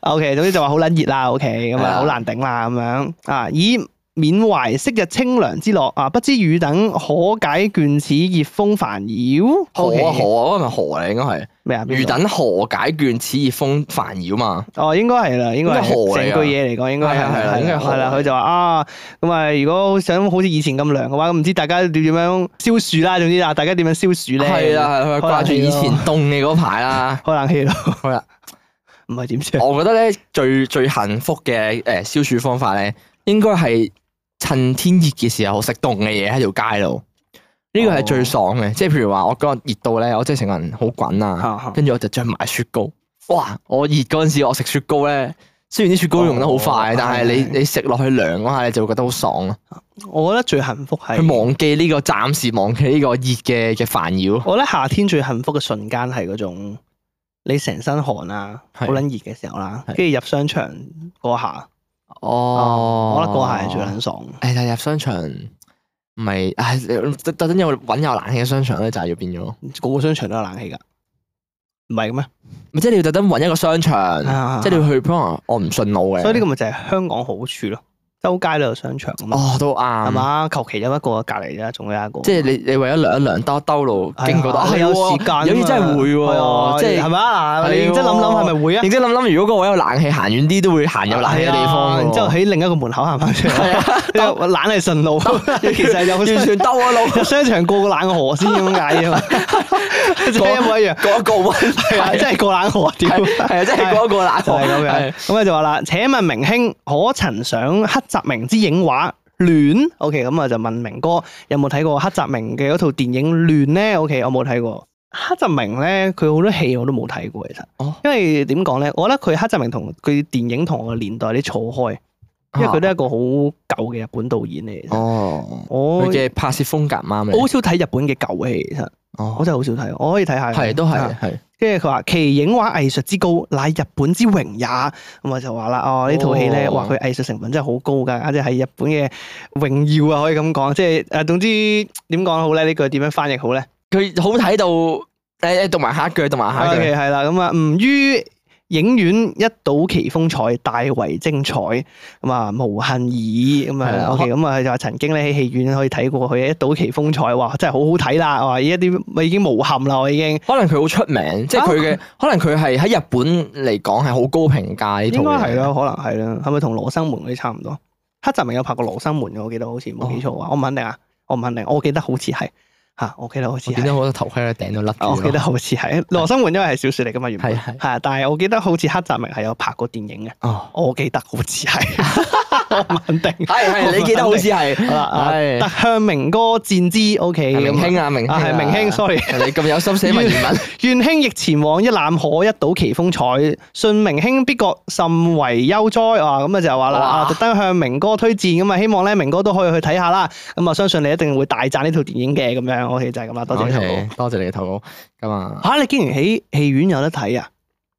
S1: O K，總之就話好撚熱啦，O K，咁
S2: 係
S1: 啊
S2: 啊
S1: 好難頂啦，咁樣啊，以緬懷昔日清涼之樂啊，不知汝等可解倦此熱風煩擾。
S2: 河
S1: OK，
S2: 啊河啊，係咪河嚟？應該係
S1: 咩啊？邊
S2: 魚
S1: 度
S2: 等河解倦，此熱風煩擾嘛。
S1: 哦，應該係啦，應該係
S2: 應該河嚟㗎啊
S1: 成句嘢嚟講，應該係
S2: 係啊係啊應該係河
S1: 係啦。
S2: 嚟
S1: 佢就話啊，咁啊，如果想好似以前咁涼嘅話，咁唔知大家點樣消暑啦？總之啊，大家點樣消暑咧？
S2: 係啦，係啦，
S1: 可能
S2: 掛住以前
S1: 係
S2: 凍嘅嗰排啦。
S1: 開冷氣咯，
S2: 好啦，哦
S1: 唔係點啫？
S2: 我覺得咧最最幸福嘅誒消暑方法咧，應該係趁天熱嘅時候食凍嘅嘢喺條街度。呢個係最爽嘅，即係譬如話我嗰日熱到咧，我真係成個人好滾啊！跟住我就着埋雪糕。哇！我熱嗰陣時，我食雪糕咧，雖然啲雪糕用得好快，
S1: 哦
S2: 但係
S1: 係
S2: 你你食落去涼嗰下，你就會覺得好爽咯。
S1: 我覺得最幸福係
S2: 佢忘記呢個暫時忘記呢個熱嘅嘅煩擾。
S1: 我覺得夏天最幸福嘅瞬間係嗰種你成身汗啊，好
S2: 係
S1: 撚熱嘅時候啦，
S2: 係
S1: 跟住入商場嗰下，
S2: 哦
S1: 我覺得嗰下係最撚爽。
S2: 誒，但係入商場唔係，唉，特特登有揾有冷氣嘅商場咧，就係要變咗。
S1: 個個商場都有冷氣㗎，唔係嘅咩？
S2: 咪即係你要特登揾一個商場，
S1: 啊
S2: 即係你要去可能我唔順路嘅。
S1: 所以呢個咪就係香港好處咯，周街都有商場啊嘛，
S2: 哦都
S1: 係
S2: 啱，
S1: 嘛？求其有一個隔離啫，仲有一個。
S2: 即係你你為咗涼一涼兜兜路
S1: 係啊
S2: 經過到，啊
S1: 你
S2: 係
S1: 有
S2: 喎
S1: 時間啊嘛，
S2: 有啲真係會
S1: 係啊
S2: 喎，即係
S1: 係咪啊？
S2: 係
S1: 你認真諗諗係咪會啊？
S2: 認真諗諗，如果個位有冷氣，行遠啲都會行有冷氣嘅地
S1: 係啊
S2: 方喎。
S1: 然之後喺另一個門口行翻出 嚟，
S2: 係啊，
S1: 冷係順 路，其實有
S2: 完全兜啊咗路，
S1: 入商場過個冷河先咁解啫嘛，真係一模一樣，
S2: 過一個位，
S1: 係啊，真係過冷河，屌，就
S2: 係啊，真係過一個冷啊
S1: 係咁樣。咁佢就話啦，請問明兄，可曾想黑澤明之影畫？亂，OK，咁啊就問明哥有冇睇過黑澤明嘅嗰套電影亂咧？OK，我冇睇過。黑澤明咧，佢好多戲我都冇睇過，其實，
S2: 哦
S1: 因為點講咧，我覺得佢黑澤明同佢電影同我嘅年代啲錯開，因為佢都係一個好舊嘅日本導演嚟。其實
S2: 哦，
S1: 我
S2: 佢嘅拍攝風格唔啱
S1: 我
S2: 你
S1: 好少睇日本嘅舊戲，其實。我
S2: 哦，
S1: 真係好少睇，我可以睇下嘅。
S2: 係都
S1: 啊
S2: 係係
S1: 跟住佢話其影畫藝術之高，乃日本之榮也。咁我就話啦，哦呢套戲咧，
S2: 哦
S1: 哇佢藝術成分真係好高㗎，簡直係日本嘅榮耀啊，可以咁講。即係誒，總之點講好咧？呢句點樣翻譯好咧
S2: 佢好睇到誒誒，讀埋下一句，讀埋下一句
S1: ？OK 係啦，咁啊，唔於影院一睹其風采，大為精彩，咁啊無恨矣。咁
S2: 係
S1: 啊
S2: 啦
S1: ，OK，咁啊佢就話曾經咧喺戲院可以睇過佢一睹其風采，哇真係好好睇啦！哇，依一啲我已經無憾啦，我已經。
S2: 可能佢好出名，
S1: 啊
S2: 即係佢嘅，可能佢係喺日本嚟講係好高評價呢套
S1: 應該係
S2: 嘢。
S1: 咯，可能係啦，係咪同《羅生門》嗰啲差唔多？
S2: 哦
S1: 黑澤明有拍過《羅生門》嘅，我記得好似冇記錯啊，我唔肯定啊，我唔肯定，我記得好似係吓，我記得好似
S2: 我見
S1: 係
S2: 到好多頭盔喺頂度甩
S1: 啊我
S2: 住
S1: 記得
S2: 咯。
S1: 好似係羅生門，因為係小說嚟噶嘛，原本
S2: 係係
S1: 係啊，但係我記得好似黑澤明係有拍過電影嘅，
S2: 哦，
S1: 我記得好似 係，我唔肯定。
S2: 係係，你記得好似係
S1: 好啦，啊
S2: 係
S1: 特向明哥戰之 O K
S2: 明興啊，明興
S1: 啊係明興
S2: 興
S1: ，sorry。
S2: 你咁有心寫文言文，
S1: 願卿亦前往，一覽可一睹其風采。信明卿必覺甚為悠哉啊！咁啊就話啦，
S2: 哇
S1: 啊特登向明哥推薦咁啊，希望咧明哥都可以去睇下啦。咁啊，相信你一定會大讚呢套電影嘅咁樣。OK 就係咁 啦，多謝你投稿。
S2: OK，多謝你嘅投稿。咁啊，
S1: 嚇、你竟然喺戲院有得睇啊！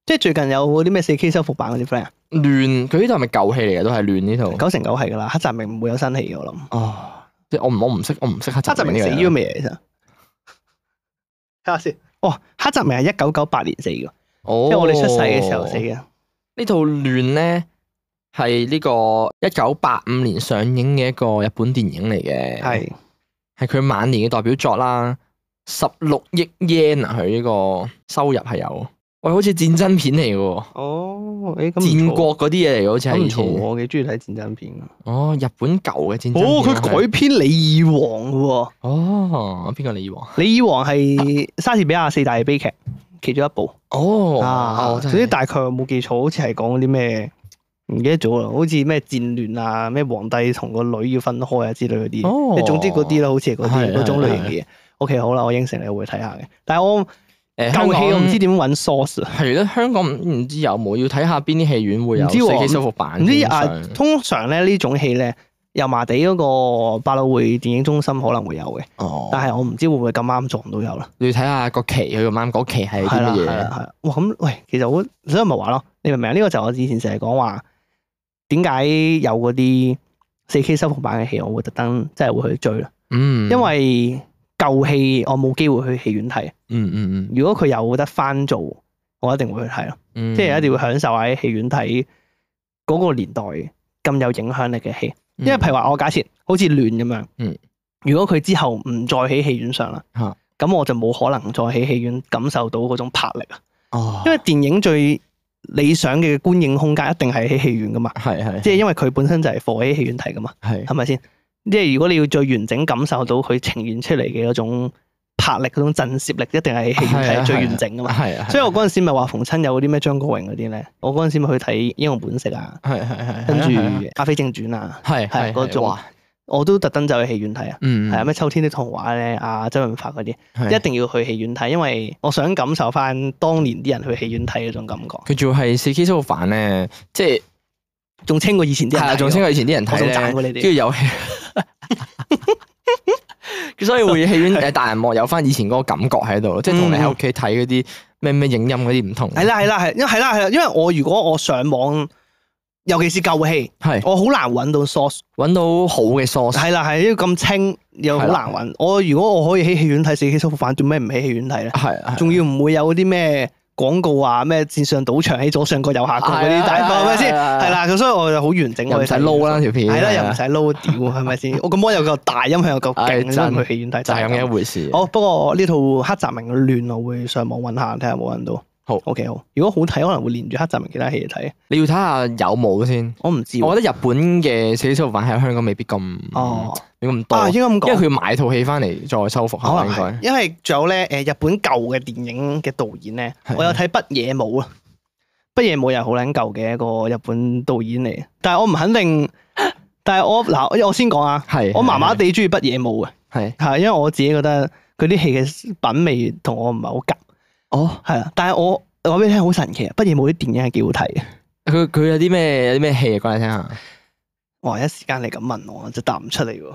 S1: 即係最近有嗰啲咩四 K 修復版嗰啲 friend，啊
S2: 亂佢呢套係咪舊戲嚟嘅？都係亂呢套。
S1: 九成九係噶啦，黑澤明唔會有新戲嘅我諗。
S2: 哦，即係我唔我唔識我唔識黑
S1: 黑澤
S2: 澤明
S1: 明
S2: 呢
S1: 死
S2: 個人
S1: 咗未啊？其實睇下先。哦，黑澤明係一九九八年死嘅，
S2: 哦，
S1: 即係我哋出世嘅時候死嘅。
S2: 呢套亂咧係呢個一九八五年上映嘅一個日本電影嚟嘅，
S1: 係、
S2: 係佢晚年嘅代表作啦。十六億 yen 啊，佢呢個收入係有，喂，好似戰爭片嚟嘅喎，
S1: 哦，誒咁唔
S2: 戰
S1: 錯
S2: 國嗰啲嘢嚟嘅，好似
S1: 咁
S2: 係
S1: 唔錯，
S2: 以前。
S1: 我幾中意睇戰爭片㗎
S2: 哦，日本舊嘅戰爭片
S1: 哦，佢
S2: 啊
S1: 改編《李爾王》嘅喎，《
S2: 哦，邊個李王？
S1: 李爾王》係莎士比亞四大悲劇其中一部
S2: 啊哦，
S1: 啊。
S2: 哦
S1: 總
S2: 真
S1: 之
S2: 係
S1: 大概我冇記錯，好似係講嗰啲咩唔記得咗啦，好似咩戰亂啊，咩皇帝同個女要分開啊之類嗰啲。
S2: 哦
S1: 即係總之嗰啲啦，好似係嗰啲
S2: 係
S1: 嗰種類型
S2: 係
S1: 嘅嘢。OK，好啦，我應承你我會睇下嘅，但係我
S2: 誒
S1: 舊戲我唔知
S2: 點
S1: 點揾 source 啊。
S2: 係咯，香港唔知有冇，要睇下邊啲戲院會有
S1: 唔知
S2: 四
S1: 喎
S2: K 修復版。
S1: 唔知
S2: 基本
S1: 啊
S2: 上，
S1: 通常咧呢種戲咧，油麻地嗰個百老匯電影中心可能會有嘅。
S2: 哦，
S1: 但係我唔知會唔會咁啱撞到有啦。
S2: 你要睇下個期，佢咁啱嗰期係啲
S1: 係啦，
S2: 乜
S1: 係啦，
S2: 嘢？
S1: 係啦。哇，咁喂，其實我所以咪話咯，你明唔明啊？呢個就我以前成日講話，點解有嗰啲四 K 修復版嘅戲，我會特登真係會去追啦。
S2: 嗯，
S1: 因為舊戲我冇機會去戲院睇，
S2: 嗯嗯
S1: 如果佢有得翻做，我一定會去睇咯。
S2: 嗯，
S1: 即係一定會享受喺戲院睇嗰個年代咁有影響力嘅戲。
S2: 嗯，
S1: 因為譬如話，我假設好似亂咁樣，
S2: 嗯
S1: 如果佢之後唔再喺戲院上啦
S2: 嚇，
S1: 咁我就冇可能再喺戲院感受到嗰種魄力啊。
S2: 哦，
S1: 因為電影最理想嘅觀影空間一定係喺戲院噶嘛，
S2: 係係
S1: 即係因為佢本身就係放喺戲院睇噶嘛，
S2: 係
S1: 係咪先？即係如果你要最完整感受到佢呈現出嚟嘅嗰種魄力、嗰種震懾力，一定係喺戲
S2: 係
S1: 院
S2: 啊
S1: 睇最
S2: 係啊
S1: 完整噶嘛。
S2: 係啊，
S1: 所以我嗰陣時咪話逢親有嗰啲咩張國榮嗰啲咧，我嗰陣時咪去睇《英雄本色》啊，
S2: 係係係，
S1: 跟住
S2: 係
S1: 《阿飛正傳》啊，
S2: 係
S1: 係嗰種
S2: 哇，
S1: 我都特登走去戲院睇啊。
S2: 嗯，
S1: 係啊，咩秋天的童話咧，啊周潤發嗰啲，
S2: 係
S1: 一定要去戲院睇，因為我想感受翻當年啲人去戲院睇嗰種感覺，
S2: 佢仲要係四 K 修復版咧，即係
S1: 仲清過以前啲
S2: 係
S1: 人睇
S2: 啊，
S1: 喎。
S2: 仲清過以前啲人睇
S1: 我仲
S2: 咧
S1: 讚過你，哋
S2: 跟住有戲。 所以會 戲院誒大人幕有翻以前嗰個感覺喺度，即係同你喺屋企睇嗰啲咩咩影音嗰啲唔同。
S1: 係啦係啦係，因為係啦係啦，因為我如果我上網，尤其是舊戲，
S2: 係
S1: 我好難揾到 source。
S2: 揾到好嘅 source，
S1: 係啦係，因為咁清又好
S2: 係啦
S1: 難揾。我如果我可以喺戲院睇《四 K 修復版》，做咩唔喺戲院睇咧？
S2: 係啊係啊
S1: 仲要唔會有嗰啲咩廣告啊，咩線上賭場喺左上角右下角嗰
S2: 係
S1: 啲
S2: 啊
S1: 大
S2: 係
S1: 係
S2: 啊
S1: 咪先？
S2: 係啊係啊
S1: 係啦，咁所以我就好完整，
S2: 又
S1: 我
S2: 唔使撈啦條片，
S1: 係啦，又唔
S2: 係
S1: 使撈屌，係咪 先？哦我個魔又夠大，音響又夠
S2: 唉
S1: 勁，
S2: 真
S1: 所以唔去戲院睇
S2: 就係咁嘅一
S1: 樣。
S2: 回事。
S1: 好，不過呢套黑澤明嘅亂，我會上網揾下睇下有冇揾到。
S2: 好
S1: ，OK，好。如果好睇，可能會連住黑澤明其他戲嚟睇。
S2: 你要睇下有冇先。
S1: 我唔知喎。
S2: 我覺得日本嘅四 K 修復版喺香港未必咁
S1: 哦，
S2: 未咁多，
S1: 啊，應該咁
S2: 嗯因為
S1: 講，
S2: 佢要買套戲翻嚟再修復
S1: 可
S2: 下
S1: 能
S2: 應
S1: 係
S2: 該。
S1: 因為仲有咧，誒日本舊嘅電影嘅導演咧，
S2: 係
S1: 我有睇北野武啊。北野武又係好撚舊嘅一個日本導演嚟，但係我唔肯定。但係我嗱，我先講啊，
S2: 係
S1: 我麻麻地中意北野武嘅，
S2: 係
S1: 係因為我自己覺得佢啲戲嘅品味同我唔係好夾。
S2: 哦，
S1: 係啦，但係我我話俾你聽好神奇啊！不夜冇啲電影係幾好睇嘅。
S2: 佢佢有啲咩有啲咩戲啊？講嚟聽下。
S1: 哇！一時間你咁問我，就答唔出嚟喎。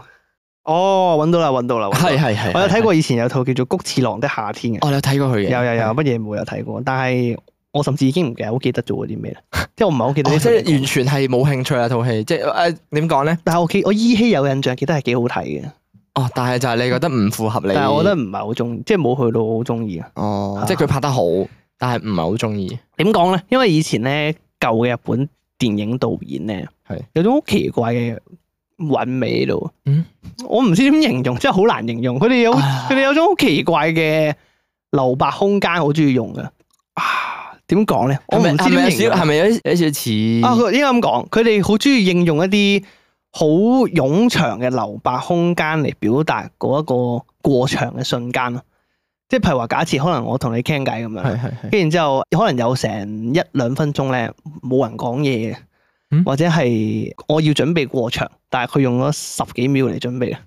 S1: 哦，揾到啦，揾到啦，揾到啦
S2: 係係係，哦
S1: 我有睇
S2: 係，
S1: 過以前有套叫做《谷次郎的夏天》嘅，
S2: 我有睇過佢嘅。
S1: 有有有，不夜冇有睇過，但係我甚至已經唔記得好記得做過啲咩啦，即係我唔係好記得
S2: 哦
S1: 呢
S2: 即
S1: 套嘢
S2: 係完全係冇興趣啊！套戲即係
S1: 呃
S2: 誒點講咧？
S1: 但係我記我依稀有印象，記得係幾好睇嘅，
S2: 哦，但係就係你覺得唔符合你，
S1: 但係我覺得唔係好中意，即係冇去到好中意啊。
S2: 哦，即係佢拍得好，但係唔係好中意。
S1: 點講咧？因為以前咧舊嘅日本電影導演咧，
S2: 係
S1: 有種好奇怪嘅韻味喺度。
S2: 嗯，
S1: 我唔知點形容，真係好難形容。佢哋有
S2: 啊
S1: 佢哋有種好奇怪嘅留白空間，好中意用嘅。啊，點講咧？我
S2: 係咪
S1: 唔知
S2: 係咪有
S1: 點
S2: 少
S1: 形容。啊
S2: 係咪有啲有少少似
S1: 啊，佢應該咁講，佢哋好中意應用一啲好冗長嘅留白空間嚟表達嗰一個過長嘅瞬間咯。即係譬如話，假設可能我同你傾偈咁樣，
S2: 係係
S1: 跟
S2: 係，
S1: 住然之後可能有成一兩分鐘咧冇人講嘢嘅，
S2: 嗯
S1: 或者係我要準備過場，但係佢用咗十幾秒嚟準備，啊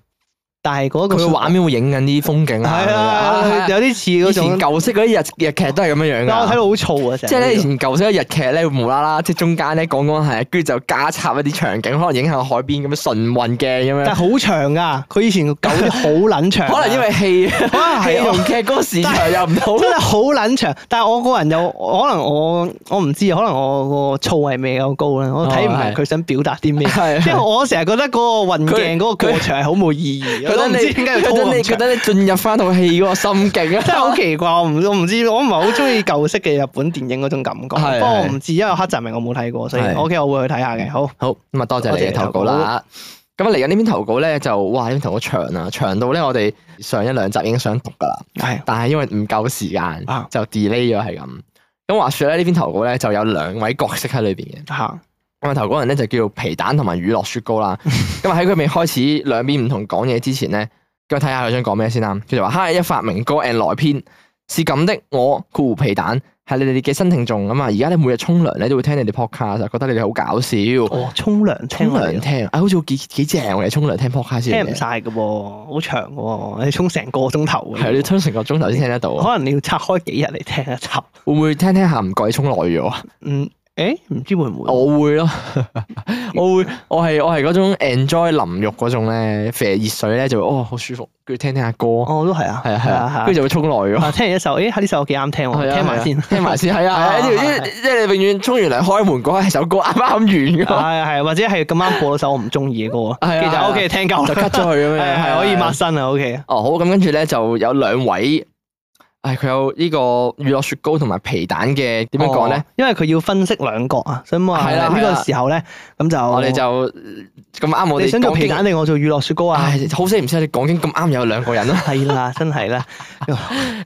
S1: 但係嗰個
S2: 佢嘅畫面會影緊啲風景啊，
S1: 係
S2: 係
S1: 啊，
S2: 係
S1: 有啲似
S2: 以
S1: 嗰種，
S2: 前舊式嗰啲日日劇都係咁樣樣
S1: 但我睇
S2: 㗎。
S1: 到好燥啊，成日
S2: 即係
S1: 呢
S2: 咧，以
S1: 種
S2: 前舊式嘅日劇咧，會無啦啦，即係中間咧講講係，跟住就加插一啲場景，可能影下海邊咁樣純運鏡咁
S1: 但係
S2: 樣。
S1: 好長㗎，佢以前狗啲好撚長㗎，
S2: 可能因為戲
S1: 可能
S2: 戲
S1: 係啊我
S2: 同劇嗰個時長又唔同。
S1: 真係好撚長，但係我個人又可能我我唔知，可能我個燥係未夠高啦，我睇唔
S2: 哦
S1: 明佢想表達啲 咩。
S2: 係
S1: 即係我成日覺得嗰個運鏡嗰個過場係好冇意義，我都
S2: 覺得
S1: 唔
S2: 你
S1: 知點解要
S2: 覺
S1: 拖
S2: 得
S1: 咁
S2: 你覺
S1: 長。
S2: 得你進入翻套戲嗰個心境 啊！
S1: 真係好奇怪，我唔我唔知，我唔係好中意舊式嘅日本電影嗰種感覺。不過
S2: 係
S1: 我
S2: 係
S1: 唔知，因為黑澤明我冇睇過，所以
S2: 係
S1: OK 我會去睇下嘅。好，
S2: 好，咁啊多謝你嘅投稿啦。咁啊嚟緊呢篇投稿咧就哇呢篇投稿長啊，長到咧我哋上一兩集已經想讀噶啦，
S1: 係
S2: 但係因為唔夠時間
S1: 啊
S2: 就 delay 咗係咁。咁話說咧呢篇投稿咧就有兩位角色喺裏邊嘅，
S1: 嚇
S2: 咁啊投稿人咧就叫皮蛋同埋乳酪雪糕 啦。咁啊喺佢未開始兩邊唔同講嘢之前咧，咁啊睇下佢想講咩先啦。佢就話：嗨，一發明歌 and 來篇是咁的，我酷皮蛋係你哋嘅新聽眾咁啊！而家咧每日沖涼咧都會聽你哋 podcast，啊覺得你哋好搞笑。
S1: 哦，沖涼
S2: 沖
S1: 聽落
S2: 涼
S1: 嚟
S2: 聽，啊，好似幾幾正嘅，沖涼聽啊
S1: 聽
S2: podcast 先
S1: 唔
S2: 嘅，
S1: 晒嘅喎，好長嘅喎，你沖成個鐘頭嘅
S2: 係你
S1: 喎。
S2: 聽成個鐘頭先聽得到，啊
S1: 可能你要拆開幾日嚟聽一集。
S2: 會唔會聽聽下唔覺意沖耐咗啊？
S1: 嗯，誒唔知會唔會？
S2: 我會咯，我會，我係我係嗰種 enjoy 淋浴嗰種咧，啡熱水咧就會哦好舒服，跟住聽聽下歌，
S1: 哦，都係啊，
S2: 係啊係啊，
S1: 係
S2: 跟住就會沖耐咗。
S1: 啊，聽完一 首，誒，呢首我幾啱聽
S2: 係
S1: 喎，
S2: 啊
S1: 聽埋 先，
S2: 聽埋先，係 啊，係啊，呢條
S1: 係啊係啊
S2: 即即係你永遠沖完涼開門嗰下首歌啱啱完
S1: 係
S2: 噶，
S1: 啊係啊，或者係咁啱播咗首我唔中意嘅歌，
S2: 係啊
S1: 跟住就
S2: 係啊
S1: OK 聽夠
S2: 就
S1: 啦，
S2: cut 咗佢咁 樣，
S1: 係啊係啊可以抹身啊 OK，
S2: 哦，好，咁跟住咧就有兩位，唉，佢有呢個乳酪雪糕同埋皮蛋嘅，點樣講咧
S1: 哦？？因為佢要分析兩角啊，所以咁話
S2: 係啦
S1: 呢
S2: 係
S1: 個
S2: 啦
S1: 時候咧，咁就
S2: 我哋就呃咁啱，我哋
S1: 你想做
S2: 講
S1: 皮
S2: 經
S1: 蛋，定我做乳酪雪糕啊？
S2: 唉，好死唔死，你講經咁啱有兩個人啦。
S1: 係啦，真係 啦，
S2: 你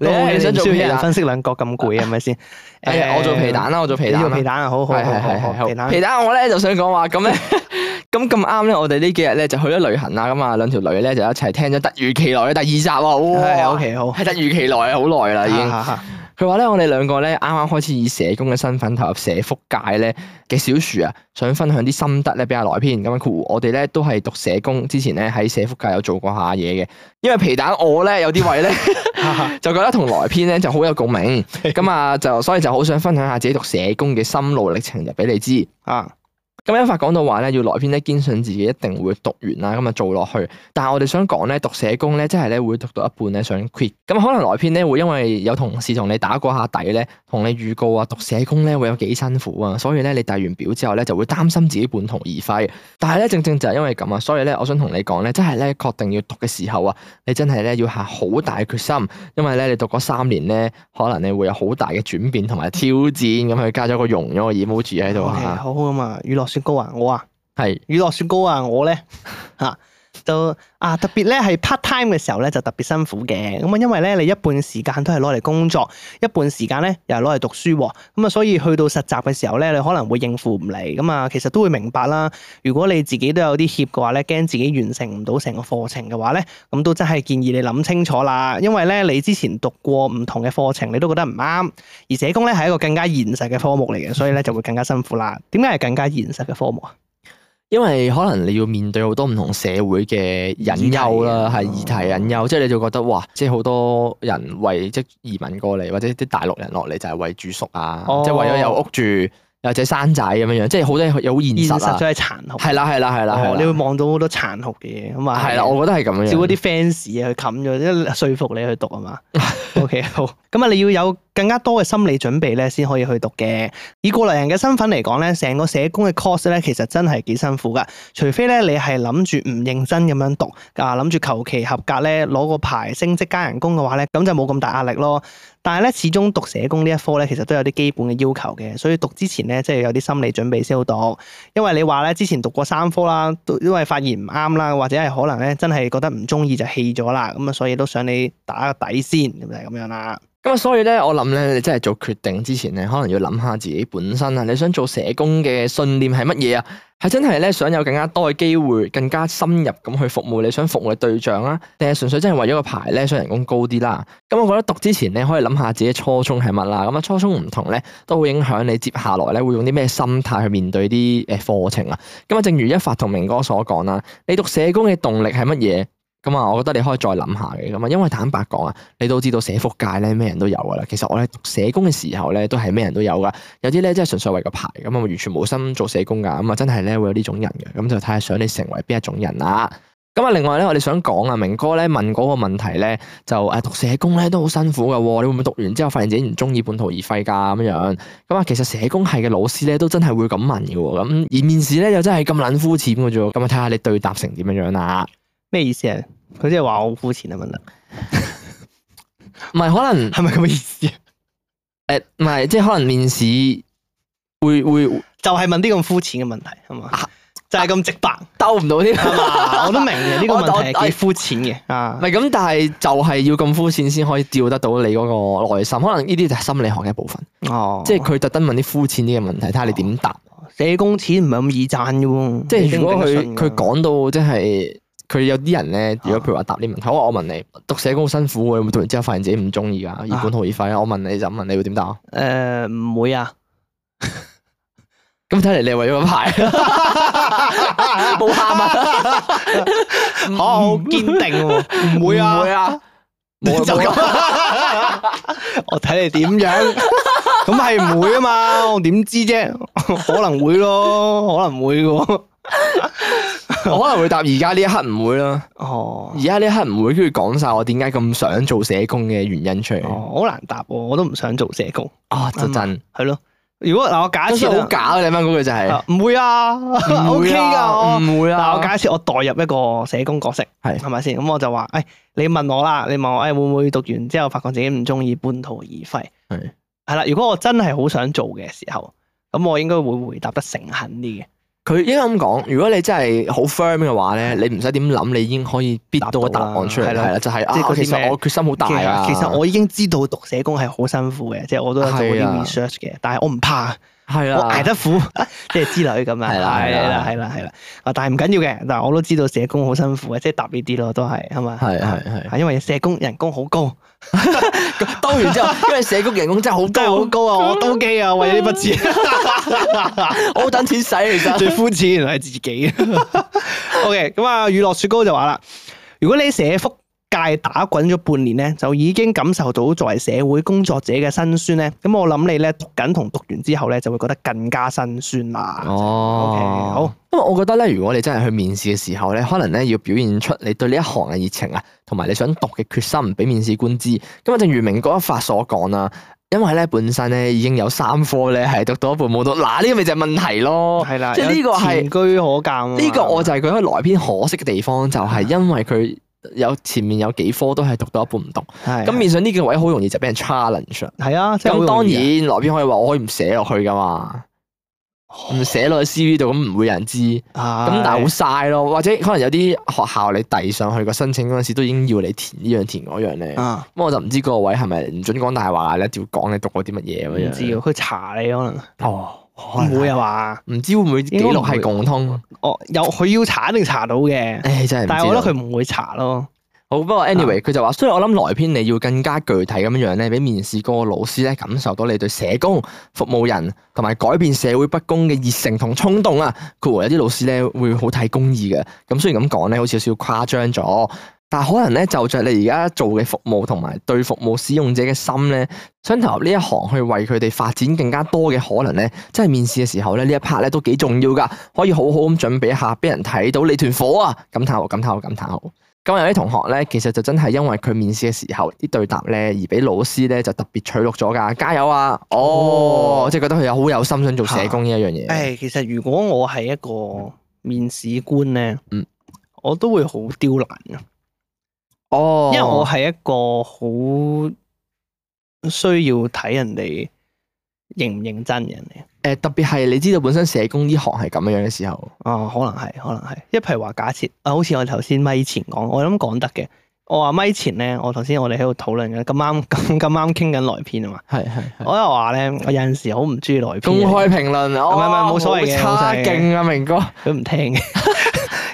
S1: 都好嘅
S2: 你想
S1: 唔
S2: 做
S1: 需要
S2: 皮
S1: 有人
S2: 蛋？
S1: 分析兩角咁攰係咪先？
S2: 哎呀，我做皮蛋啦，我做
S1: 誒，
S2: 皮
S1: 你
S2: 蛋
S1: 做
S2: 啦
S1: 皮。蛋啊，好好
S2: 係
S1: 好
S2: 係
S1: 好好
S2: 係
S1: 好，皮
S2: 係
S1: 蛋
S2: 皮蛋，我咧就想講話咁咧， 咁咁啱咧，我哋呢幾日咧就去咗旅行啦，咁啊兩條女咧就一齊聽咗《突如其來》嘅第二集喎，
S1: 係
S2: 哇，
S1: OK 好，
S2: 係突如其來啊，好耐啦已經。
S1: 啊啊
S2: 佢話咧，我哋兩個咧啱啱開始以社工嘅身份投入社福界咧嘅小樹啊，想分享啲心得咧俾阿萊編咁啊樣。括弧我哋咧都係讀社工，之前咧喺社福界有做過下嘢嘅。因為皮蛋我咧有啲位咧
S1: 啊
S2: 就覺得同萊編咧就好有共鳴，咁啊就所以就好想分享下自己讀社工嘅心路歷程就俾你知。
S1: 啊
S2: 咁一發講到話咧，要萊編咧堅信自己一定會讀完啦，咁啊做落去。但係我哋想講咧，讀社工咧，即係咧會讀到一半咧想 quit。咁可能萊編咧會因為有同事同你打過下底咧，同你預告啊，讀社工咧會有幾辛苦啊，所以咧你遞完表之後咧就會擔心自己半途而廢。但係咧正正就係因為咁啊，所以咧我想同你講咧，真係咧確定要讀嘅時候啊，你真係咧要下好大決心，因為咧你讀嗰三年咧，可能你會有好大嘅轉變同埋挑戰。咁佢加咗個融咗個 emoji 喺度
S1: OK，
S2: 啊，
S1: 好咁啊，乳酪雪糕啊，我啊。
S2: 係。
S1: 乳酪雪糕啊，我咧 嚇、啊就啊特別咧係 part time 嘅時候咧就特別辛苦嘅，咁啊因為咧你一半時間都係攞嚟工作，一半時間咧又係攞嚟讀書喎，咁啊所以去到實習嘅時候咧，你可能會應付唔嚟，咁啊其實都會明白啦。如果你自己都有啲怯嘅話咧，驚自己完成唔到成個課程嘅話咧，咁都真係建議你諗清楚啦，因為咧你之前讀過唔同嘅課程，你都覺得唔啱，而社工咧係一個更加現實嘅科目嚟嘅，所以咧就會更加辛苦啦。點解係更加現實嘅科目啊？
S2: 因為可能你要面對好多唔同社會嘅隱憂啦，係
S1: 議題
S2: 議題隱憂，即係你就覺得哇，即係好多人為即係移民過嚟，或者啲大陸人落嚟就係為住宿啊，
S1: 哦
S2: 即係為咗有屋住，又或者生仔咁樣樣，即係好多嘢好現
S1: 現
S2: 實
S1: 實
S2: 啊，
S1: 真係殘酷。
S2: 係啦係啦係啦
S1: 哦
S2: 係
S1: 你會
S2: 啦，
S1: 望到好多殘酷嘅嘢咁啊。
S2: 係啦，我覺得係咁樣樣。
S1: 照嗰啲 fans 啊去冚咗，一説服你去讀啊 嘛。OK，好。咁啊，你要有更加多嘅心理準備咧，先可以去讀嘅。以過來人嘅身份嚟講咧，成個社工嘅 course 咧，其實真係幾辛苦噶。除非咧，你係諗住唔認真咁樣讀啊，諗住求其合格咧，攞個牌升職加人工嘅話咧，咁就冇咁大壓力咯。但係咧，始終讀社工呢一科咧，其實都有啲基本嘅要求嘅，所以讀之前咧，即係有啲心理準備先好讀。因為你話咧，之前讀過三科啦，都因為發現唔啱啦，或者係可能咧真係覺得唔中意就棄咗啦，咁啊，所以都想你打個底先，咁就係咁樣啦。
S2: 咁啊，所以咧，我諗咧，你真係做決定之前咧，可能要諗下自己本身啊，你想做社工嘅信念係乜嘢啊？係真係咧想有更加多嘅機會，更加深入咁去服務你想服務嘅對象啊？定係純粹真係為咗個牌咧，想人工高啲啦？咁我覺得讀之前咧，可以諗下自己初衷係乜啦。咁啊，初衷唔同咧，都好影響你接下來咧會用啲咩心態去面對啲誒課程啊。咁啊，正如一發同明哥所講啦，你讀社工嘅動力係乜嘢？咁啊，我覺得你可以再諗下嘅咁啊，因為坦白講啊，你都知道社福界咧咩人都有噶啦。其實我咧讀社工嘅時候咧，都係咩人都有噶。有啲咧真係純粹為個牌咁啊，完全冇心做社工噶。咁啊，真係咧會有呢種人嘅。咁就睇下想你成為邊一種人啦。咁啊，另外咧，我哋想講啊，明哥咧問嗰個問題咧，就誒讀社工咧都好辛苦噶喎。你會唔會讀完之後發現自己唔中意，半途而廢㗎咁樣？咁啊，其實社工系嘅老師咧都真係會咁問嘅喎。咁而面試咧又真係咁撚膚淺嘅啫喎。咁啊，睇下你對答成點樣樣啦。
S1: 咩意思啊？佢即係話我好膚淺啊？問得
S2: 唔係可能。
S1: 係咪咁嘅意思啊？
S2: 誒，呃唔係，即係可能面試會會
S1: 就係問啲咁膚淺嘅問題係嘛？就係咁直白
S2: 兜唔到啲，
S1: 係 嘛？我都明嘅，呢個
S2: 我
S1: 問題
S2: 我
S1: 係幾膚淺嘅啊
S2: 唔。係咁，但係就係要咁膚淺先可以吊得到你嗰個內心。可能呢啲就係心理學嘅一部分，
S1: 哦，
S2: 即係佢特登問啲膚淺啲嘅問題，睇下你點答。
S1: 社工錢唔係咁易賺嘅喎。
S2: 即係如果
S1: 你頂得
S2: 佢
S1: 順㗎啊
S2: 佢講到即係佢有啲人咧，如果譬如話答啲問題，我我問你讀社工好辛苦喎，有冇讀完之後發現自己唔中意㗎，二本好易廢啊？我問你就咁問你會點答啊？
S1: 誒唔會啊，
S2: 咁睇嚟你係為咗 個牌，冇喊啊！
S1: 我
S2: 嗯
S1: 好堅定喎，唔會
S2: 唔
S1: 啊
S2: 會，啊，
S1: 就
S2: 冇啊冇啊
S1: 咁。我睇你點 樣，咁係唔會啊嘛？我點知啫？可能會咯，可能會嘅喎。
S2: 我可能會答而家呢一刻唔會啦，
S1: 哦
S2: 而。家呢一刻唔會，跟住講晒我點解咁想做社工嘅原因出嚟。
S1: 哦，好難答喎，我都唔想做社工，
S2: 啊，就
S1: 啱啊
S2: 真，
S1: 係咯。如果嗱，我假
S2: 真
S1: 設
S2: 係好
S1: 啦
S2: 假啊！你啱啱嗰句就係
S1: 啊唔會啊，OK 噶，我
S2: 唔會啊，
S1: 嗱，我假設我代入一個社工角色，
S2: 係
S1: 係咪先？咁我就話，誒、哎你問我啦，你問我，誒、會唔會讀完之後發覺自己唔中意，半途而廢？
S2: 係
S1: 係啦，如果我真係好想做嘅時候，咁我應該會回答得誠懇啲嘅。
S2: 佢應該咁講。如果你真係好 firm 嘅話咧，你唔使點諗，你已經可以必到個答案出嚟。
S1: 答
S2: 係
S1: 到啦
S2: 啦，就係啊
S1: 即係嗰啲，
S2: 其
S1: 咩
S2: 實我決心好大
S1: 其
S2: 啊。
S1: 實其實我已經知道讀社工係好辛苦嘅，即係我都有做過
S2: 係啊
S1: 啲 research 嘅，但係我唔怕，
S2: 係啊
S1: 我
S2: 啦，
S1: 捱得苦， 即係之類咁啊。
S2: 係啦係啦
S1: 係啦，係啦，係啦。啊，但係唔緊要嘅，但係我都知道社工好辛苦嘅，即係答呢啲咯，都係係咪？
S2: 係係係啊
S1: 啊因為社工人工好高。
S2: 兜完之後，因為社工人工真係好
S1: 真係
S2: 高
S1: 好，高啊！我都機啊，為咗呢筆 錢，啊
S2: 我好等錢使 其實。
S1: 最膚淺原來係自己。OK，咁啊，雨落雪糕就話啦，如果你喺社福界打滾咗半年咧，就已經感受到作為社會工作者嘅辛酸咧。咁我諗你咧讀緊同讀完之後咧，就會覺得更加辛酸啦。
S2: 哦
S1: OK，好。
S2: 因為我覺得咧，如果你真係去面試嘅時候咧，可能咧要表現出你對呢一行嘅熱情啊，同埋你想讀嘅決心，俾面試官知。咁啊，正如明哥一發所講啦，因為咧本身咧已經有三科咧係讀到一半冇讀，嗱呢個咪就係問 題咯。
S1: 係啦，
S2: 哦即係呢個
S1: 有
S2: 係
S1: 前居可鑑啊嘛。
S2: 呢個我就係覺得來篇可惜嘅地方，就係因為佢有前面有幾科都係讀到一半唔讀，
S1: 係啊
S2: 咁面上呢個位好容易就俾人 challenge 啦。
S1: 係啊，即係好
S2: 咁當
S1: 容易啊
S2: 然來篇可以話我可以唔寫落去噶嘛，唔寫落去 CV 度咁唔會有人知。咁但係好嘥咯，或者可能有啲學校你遞上去個申請嗰陣時，都已經要你填呢樣填嗰樣咧。咁、
S1: 啊，
S2: 我就唔知嗰個位係咪唔准講大話，你一定要講你讀過啲乜嘢
S1: 唔
S2: 咁樣。
S1: 知喎，佢查你可能
S2: 哦，
S1: 唔會
S2: 啊，
S1: 啊嘛。
S2: 唔知會唔會記錄係共通？
S1: 哦，有佢要查一定查到嘅。
S2: 唉，真係唔知啊道。
S1: 但係我覺得佢唔會查咯。
S2: 好，不過 anyway，佢就話，雖然我諗來篇你要更加具體咁樣樣咧，俾面試嗰個老師咧感受到你對社工、服務人同埋改變社會不公嘅熱誠同衝動啊。佢話有啲老師咧會好睇公義嘅，咁雖然咁講咧，好似有少少誇張咗，但係可能咧就着你而家做嘅服務同埋對服務使用者嘅心咧，想投入呢一行去為佢哋發展更加多嘅可能咧，即係面試嘅時候咧呢一 part 咧都幾重要噶，可以好好咁準備一下，俾人睇到你團火啊！感嘆號，感嘆號，感嘆號。咁有啲同學咧，其實就真係因為佢面試嘅時候啲對答咧，而俾老師咧就特別取錄咗㗎，加油啊！哦，
S1: 哦啊
S2: 即係覺得佢有好有心想做社工呢一樣嘢。
S1: 誒，其實如果我係一個面試官咧，
S2: 嗯，
S1: 我都會好刁難嘅，
S2: 哦，
S1: 因為我係一個好需要睇人哋認唔認真嘅人嚟。
S2: 誒特別係你知道本身社工呢行係咁樣嘅時候，
S1: 啊，可能係，可能係。一譬如話假設啊，好似我頭先咪前講，我諗講得嘅，我話咪前咧，我頭先我哋喺度討論緊，咁啱咁咁啱傾緊內篇啊嘛。
S2: 係係係。
S1: 我又話咧，我有陣時好唔中意內篇
S2: 公
S1: 嘅，
S2: 開評論，唔
S1: 唔係唔係冇所謂嘅冇所
S2: 差
S1: 謂嘅
S2: 勁啊，明哥。
S1: 佢唔聽嘅。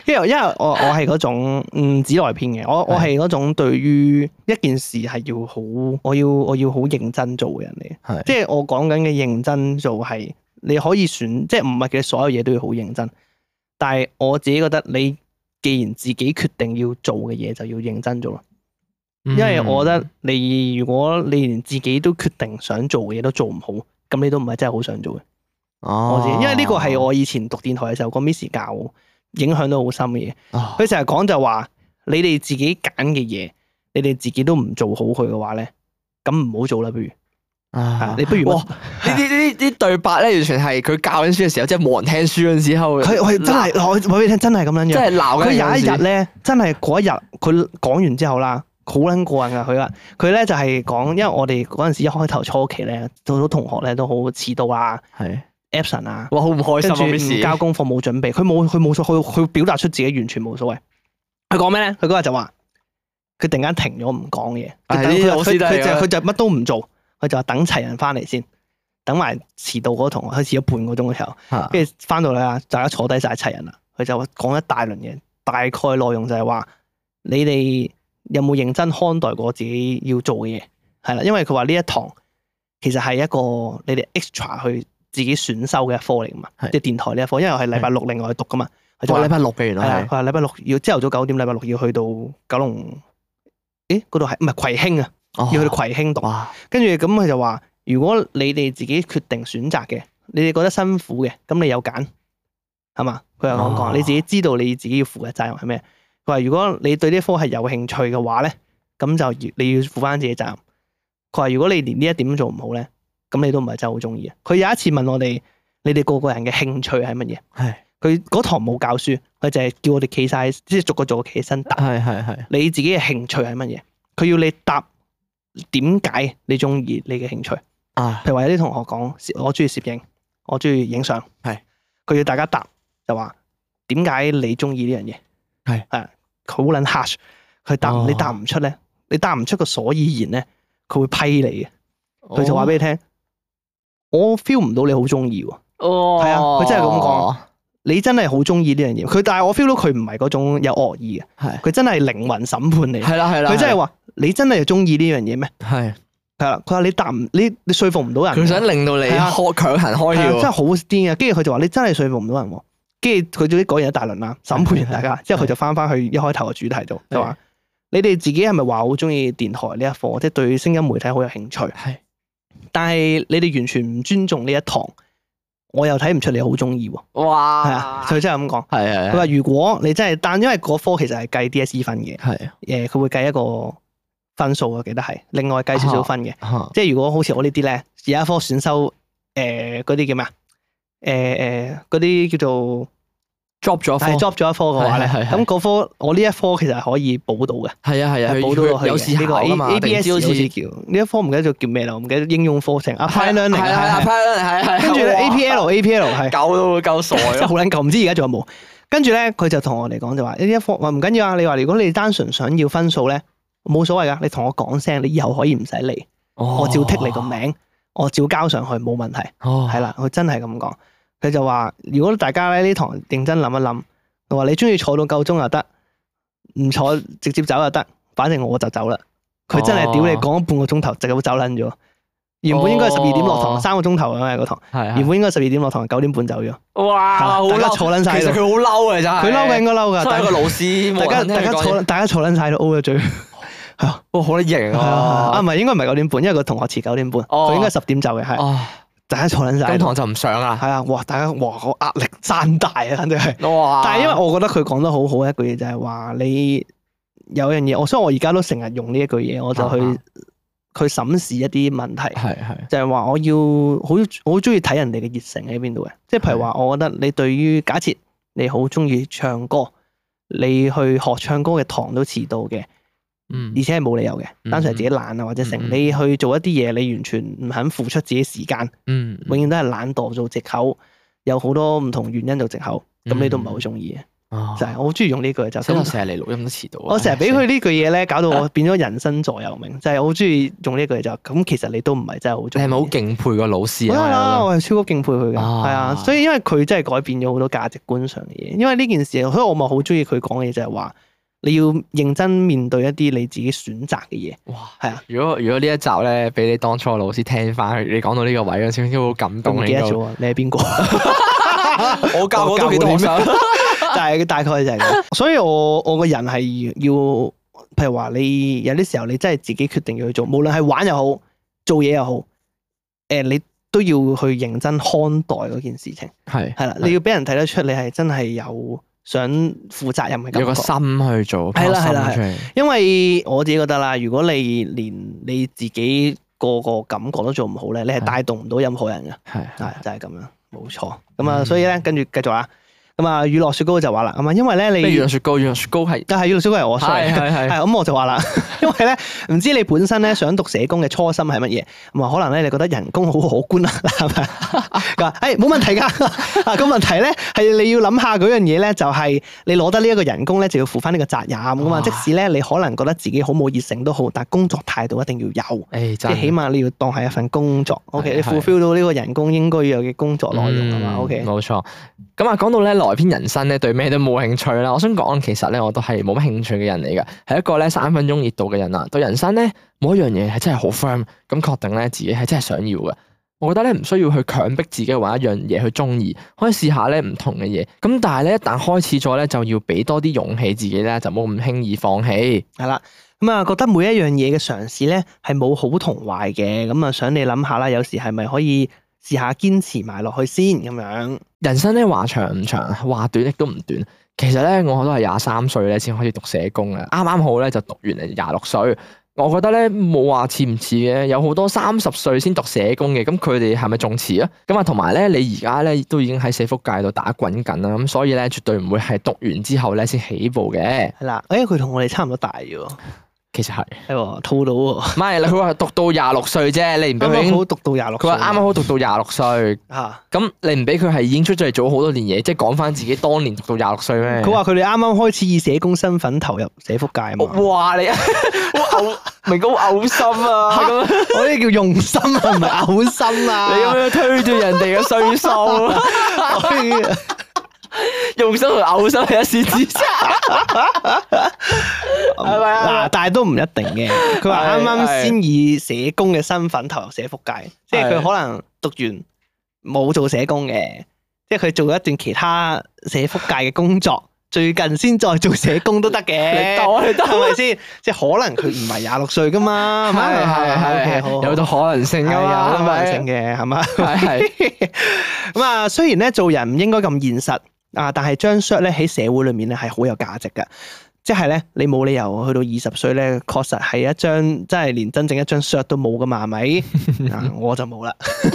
S1: 因為因為我我係嗰種嗯唔止內篇嘅，我我係嗰種對於一件事係要好，我要我要好認真做嘅人嚟嘅。
S2: 係
S1: 即係我講緊嘅認真做係你可以選，即係唔係嘅所有嘢都要好認真，但係我自己覺得你既然自己決定要做嘅嘢就要認真做咯，
S2: 嗯
S1: 因為我覺得你如果你連自己都決定想做嘅嘢都做唔好，咁你都唔係真係好想做嘅。我
S2: 我
S1: 自己，因為呢個係我以前讀電台嘅時候個 Miss 教我影響到好深嘅嘢，
S2: 哦
S1: 佢成日講就話你哋自己揀嘅嘢，你哋自己都唔做好佢嘅話咧，咁唔好做啦，不如啊
S2: 啊
S1: 你不如
S2: 哇呢啲呢啲呢對白咧，完全係佢教緊書嘅時候，即係冇人聽書嗰陣時候，
S1: 佢佢真係，嗱我話俾你聽，真係咁樣
S2: 即
S1: 樣。
S2: 係鬧
S1: 佢
S2: 緊
S1: 有一日咧，真係嗰一日，佢講完之後啦，好撚過癮噶佢啦，佢咧就係講，因為我哋嗰陣時一開頭初期咧，做到同學咧都好遲到啊
S2: 係
S1: ，absent 啊，
S2: 哇，好唔
S1: 跟
S2: 開心
S1: 住
S2: 啊！Miss
S1: 唔交功課冇準備，佢冇佢冇所佢佢表達出自己完全冇所謂。佢講咩咧？佢嗰日就話，佢突然間停咗唔講嘢，
S2: 唉
S1: 佢
S2: 呢啲
S1: 佢
S2: 老師
S1: 佢
S2: 都係啊
S1: 佢就佢
S2: 㗎
S1: 就乜都唔做，佢就話等齊人翻嚟先，等埋遲到嗰個同學，佢遲咗半個鐘嘅時候。
S2: 嚇
S1: 跟住翻到嚟啊，大家坐低晒一齊人啦，佢就講一大輪嘢，大概內容就係話你哋有冇認真看待過自己要做嘅嘢，係啦，因為佢話呢一堂其實係一個你哋 extra 去自己選修嘅一科嚟噶嘛，
S2: 係
S1: 即係電台呢一科，因為我係禮拜六另外讀噶嘛，佢就
S2: 哇
S1: 話
S2: 禮拜六嘅原
S1: 係啊，
S2: 來
S1: 佢
S2: 係
S1: 話禮拜六要朝頭早九點，禮拜六要去到九龍，咦嗰度係唔係葵興啊？
S2: 哦
S1: 要去到葵興讀。
S2: 哇，
S1: 跟住咁佢就話：如果你哋自己決定選擇嘅，你哋覺得辛苦嘅，咁你有揀係嘛？佢又講講，
S2: 哦
S1: 你自己知道你自己要負嘅責任係咩？佢話如果你對呢科係有興趣嘅話咧，咁就要你要負翻自己責任。佢話如果你連呢一點都做唔好咧，咁你都唔係真係好中意。啊佢有一次問我哋：你哋個個人嘅興趣係乜嘢？
S2: 係
S1: 佢嗰堂冇教書，佢就係叫我哋企晒，即係逐個逐個企起身答
S2: 係係係
S1: 你自己嘅興趣係乜嘢。佢要你答點解你中意你嘅興趣。
S2: 啊
S1: 譬如話有啲同學講，我中意攝影，我中意影相，
S2: 係
S1: 佢要大家答就話點解你中意呢樣嘢？
S2: 係
S1: 係啊佢好撚 hush，佢答
S2: 哦
S1: 你答唔出咧，你答唔出個所以然咧，佢會批你嘅，
S2: 哦
S1: 佢就話俾你聽，我 feel 唔到你好中意喎。
S2: 哦，
S1: 係啊佢真係咁講你真係好中意呢樣嘢，佢但係我 feel 到佢唔係嗰種有惡意嘅，
S2: 係
S1: 佢真係靈魂審判你，
S2: 係啦係啦，
S1: 佢真係話你真係中意呢樣嘢咩？
S2: 係
S1: 係啊啦，佢話你答唔你你說服唔到人㗎，
S2: 佢想令到你
S1: 係啊
S2: 開強行開
S1: 係啊，真係
S2: 竅，
S1: 好癲啊！跟住佢就話你真係說服唔到人喎。跟住佢總之講完一大 輪啦，審判完大家之後，佢就翻翻去一開頭嘅主題度，就話你哋自己係咪話好中意電台呢一課，即係對聲音媒體好有興趣？
S2: 係
S1: 但係你哋完全唔尊重呢一堂，我又睇唔出你好中意喎。係啊
S2: 哇，，
S1: 佢真係咁講。
S2: 係
S1: 佢
S2: 係
S1: 話如果你真係，但因為嗰科其實係計 DSE 分嘅，
S2: 係
S1: 誒佢會計一個分數我記得係另外計少
S2: 啊
S1: 少分嘅。
S2: 嚇
S1: 即係如果好似我呢啲咧，有一科選修誒嗰啲叫咩啊？誒誒嗰啲叫做
S2: drop 咗
S1: 係
S2: 科，
S1: drop 咗一科嘅話咧，
S2: 係係係
S1: 咁嗰科我呢一科其實係可以補到嘅，
S2: 係啊係
S1: 係
S2: 啊，佢
S1: 補到落
S2: 佢
S1: 去
S2: 有
S1: 嘅。
S2: 試
S1: 呢個
S2: 考啊嘛
S1: A B
S2: 定唔
S1: S
S2: 知好
S1: 好似
S2: 似
S1: 叫呢一科唔記得咗叫咩啦，我唔記得應用課程 apply learning
S2: 係
S1: 係
S2: 啊
S1: 係係
S2: ，apply learning 係係，
S1: 跟住咧 A P L A P L 係
S2: 狗都會夠傻啊
S1: 真係
S2: 咯
S1: 好，撚舊，唔知而家仲有冇？跟住咧，佢就同我哋講就話呢一科話唔緊要啊，你話如果你單純想要分數咧，冇所謂噶，你同我講聲，你以後可以唔使嚟，我照剔你個名，我照交上去冇問題。
S2: 哦，
S1: 係啦，佢真係咁講。佢就話：如果大家咧呢堂認真諗一諗，佢話你中意坐到夠鐘又得，唔坐直接走又得，反正我就走啦。佢真係屌你
S2: 哦
S1: 講咗半個鐘頭，直接走撚咗。原本應該十二點落堂，
S2: 哦啊
S1: 三個鐘頭咁樣嗰堂。
S2: 係
S1: 原本應該十二點落堂，九點半走咗。
S2: 哇，好
S1: 大家
S2: 嬲，
S1: 坐撚晒
S2: 其實
S1: 喺
S2: 佢
S1: 度，
S2: 好嬲啊，真係，
S1: 佢嬲嘅應該嬲㗎。
S2: 作為
S1: 大
S2: 一
S1: 家
S2: 個老師，
S1: 大家大家坐大家坐撚晒喺度 O 咗嘴。
S2: 哇，好得型
S1: 係啊 啊
S2: 啊
S1: 唔！係應該唔係九點半，因為個同學遲九點半，
S2: 哦
S1: 佢應該十點走嘅。係
S2: 哦，
S1: 大家坐撚晒喺
S2: 今
S1: 度。
S2: 堂就唔上啦。
S1: 係啊，哇！大家哇個壓力山大啊，肯定係。
S2: 哇！
S1: 但係因為我覺得佢講得好好一句嘢就係話你有樣嘢，我所以我而家都成日用呢一句嘢，我就去
S2: 啊
S1: 去審視一啲問題，
S2: 係係
S1: 就係話我要好我好中意睇人哋嘅熱誠喺邊度嘅，即係譬如話，我覺得你對於假設你好中意唱歌，你去學唱歌嘅堂都遲到嘅，
S2: 嗯
S1: 而且係冇理由嘅，單純係
S2: 嗯
S1: 自己懶啊或者成，
S2: 嗯嗯
S1: 你去做一啲嘢，你完全唔肯付出自己時間，
S2: 嗯
S1: 永遠都係懶惰做藉口，有好多唔同原因做藉口，咁你都唔係好
S2: 嗯
S1: 中意嘅。
S2: 啊
S1: 就係我好中意用呢句就
S2: 死啦
S1: 咁。
S2: 成日嚟錄音都遲到啊。
S1: 我成日俾佢呢句嘢咧，搞到我變咗人生座右銘，就係我好中意用呢句就咁。其實你都唔係真係好
S2: 你
S1: 中意。
S2: 係咪好敬佩個老師
S1: 好啦啦，
S2: 啊？
S1: 我係超級敬佩佢嘅，
S2: 啊
S1: 係啊，所以因為佢真係改變咗好多價值觀上嘅嘢。因為呢件事，所以我咪好中意佢講嘅嘢就係話，你要認真面對一啲你自己選擇嘅嘢，
S2: 哇！
S1: 係啊，
S2: 如果如果呢一集咧，俾你當初嘅老師聽翻，你講到呢個位嗰陣時，應該好感
S1: 我唔
S2: 動。
S1: 記得
S2: 應
S1: 咗啊，你係邊個？
S2: 該我教
S1: 我
S2: 過
S1: 教
S2: 都幾多
S1: 過
S2: 學
S1: 你
S2: 生。
S1: 但係大概就係咁。所以我我個人係要，譬如話你有啲時候你真係自己決定要去做，無論係玩又好，做嘢又好，誒、你都要去認真看待嗰件事情，
S2: 係
S1: 係啦，你要俾人睇得出你係真係有想負責任嘅感
S2: 有個
S1: 覺。
S2: 心去做，
S1: 係啦係啦
S2: 拋個心出嚟
S1: 因為我自己覺得啦，如果你連你自己個個感覺都做唔好咧，你係
S2: 係
S1: 帶動唔到任何人嘅。
S2: 係係
S1: 啊係就係咁樣，冇錯。咁啊，
S2: 嗯
S1: 所以咧，跟住繼續啦。咁啊，乳酪雪糕就話啦，咁啊，因為咧
S2: 咩？
S1: 你
S2: 乳酪雪糕，乳酪雪糕係
S1: 但係乳酪雪糕係我 sorry
S2: 係係
S1: 係
S2: 係
S1: 咁我就話啦，因為咧唔知你本身咧想讀社工嘅初心係乜嘢，咁啊可能咧你覺得人工好可觀啦， 係咪？佢話誒冇問題㗎， 啊個問題咧係你要諗下嗰樣嘢咧，就係你攞得呢一個人工咧就要負翻呢個責任㗎嘛。
S2: 哇
S1: 即使咧你可能覺得自己好冇熱誠都好，但工作態度一定要有。
S2: 誒
S1: 即係起
S2: 真
S1: 碼你要當係一份工作，OK？
S2: 係
S1: 你
S2: 係
S1: fulfill 到呢個人工應該要有嘅工作內容啊嘛
S2: 嗯
S1: ，OK？
S2: 冇錯。咁啊，講到咧萊編人生咧，對咩都冇興趣啦。我想講，其實咧我都係冇乜興趣嘅人嚟嘅，係一個咧三分鐘熱度嘅人啦。啊對人生咧冇一樣嘢係真係好 firm，咁確定咧自己係真係想要嘅。我覺得咧唔需要去強迫自己揾一樣嘢去中意，可以試下咧唔同嘅嘢。咁但係咧一旦開始咗咧，就要俾多啲勇氣自己咧，就冇咁輕易放棄。
S1: 係啦。咁啊，覺得每一樣嘢嘅嘗試咧係冇好同壞嘅，咁啊想你諗下啦，有時係咪可以試下堅持埋落去先咁樣？
S2: 人生咧話長唔長，話短亦都唔短。其實咧，我都係廿三歲咧先開始讀社工嘅，啱啱好咧就讀完嚟廿六歲。我覺得咧冇話似唔似嘅，有好多三十歲先讀社工嘅，咁佢哋係咪仲遲啊？咁啊，同埋咧，你而家咧都已經喺社福界度打滾緊啦，咁所以咧絕對唔會係讀完之後咧先起步嘅。
S1: 係啦，誒、哎佢同我哋差唔多大嘅喎，
S2: 其實係，唔
S1: 係喎，套到喎，
S2: 係佢話讀到廿六歲啫，你唔俾
S1: 啱
S2: 佢已
S1: 啱
S2: 經，
S1: 好讀到廿六
S2: 佢
S1: 歲，
S2: 話啱 啱好讀到廿六歲，
S1: 嚇。
S2: 咁你唔俾佢係已經出咗嚟做好多年嘢，即係講翻自己當年讀到廿六歲咩？
S1: 佢話佢哋啱啱開始以社工身份投入社福界啊嘛，
S2: 哇！你 好嘔，明哥好嘔心啊！咁樣
S1: 我呢叫用心啊，唔係嘔心 啊。
S2: 你咁樣推斷人哋嘅歲數，
S1: 樣，
S2: 用心同嘔心係一線之 差。 係咪啊
S1: 嗱，但係都唔一定 嘅。佢話啱啱
S2: 係
S1: 先以社工嘅身份投入社福界，即係佢
S2: 係
S1: 可能讀完冇做社工嘅，即係佢做一段其他社福界嘅工 作，最近先再做社工都得嘅。
S2: 你當你當
S1: 係咪先？即係可能佢唔係廿六歲噶 嘛，係咪？OK，好好
S2: 有到可能性
S1: 係啊有
S2: 噶嘛，
S1: 可能性嘅，係嘛？
S2: 係係
S1: 咁啊，雖然咧做人唔應該咁現實啊，但係張 shot 咧喺社會裏面咧係好有價值嘅。即係咧，你冇理由去到二十歲咧，確實係一張真係連真正一張 shot 都冇噶嘛，係咪？啊，我就冇啦，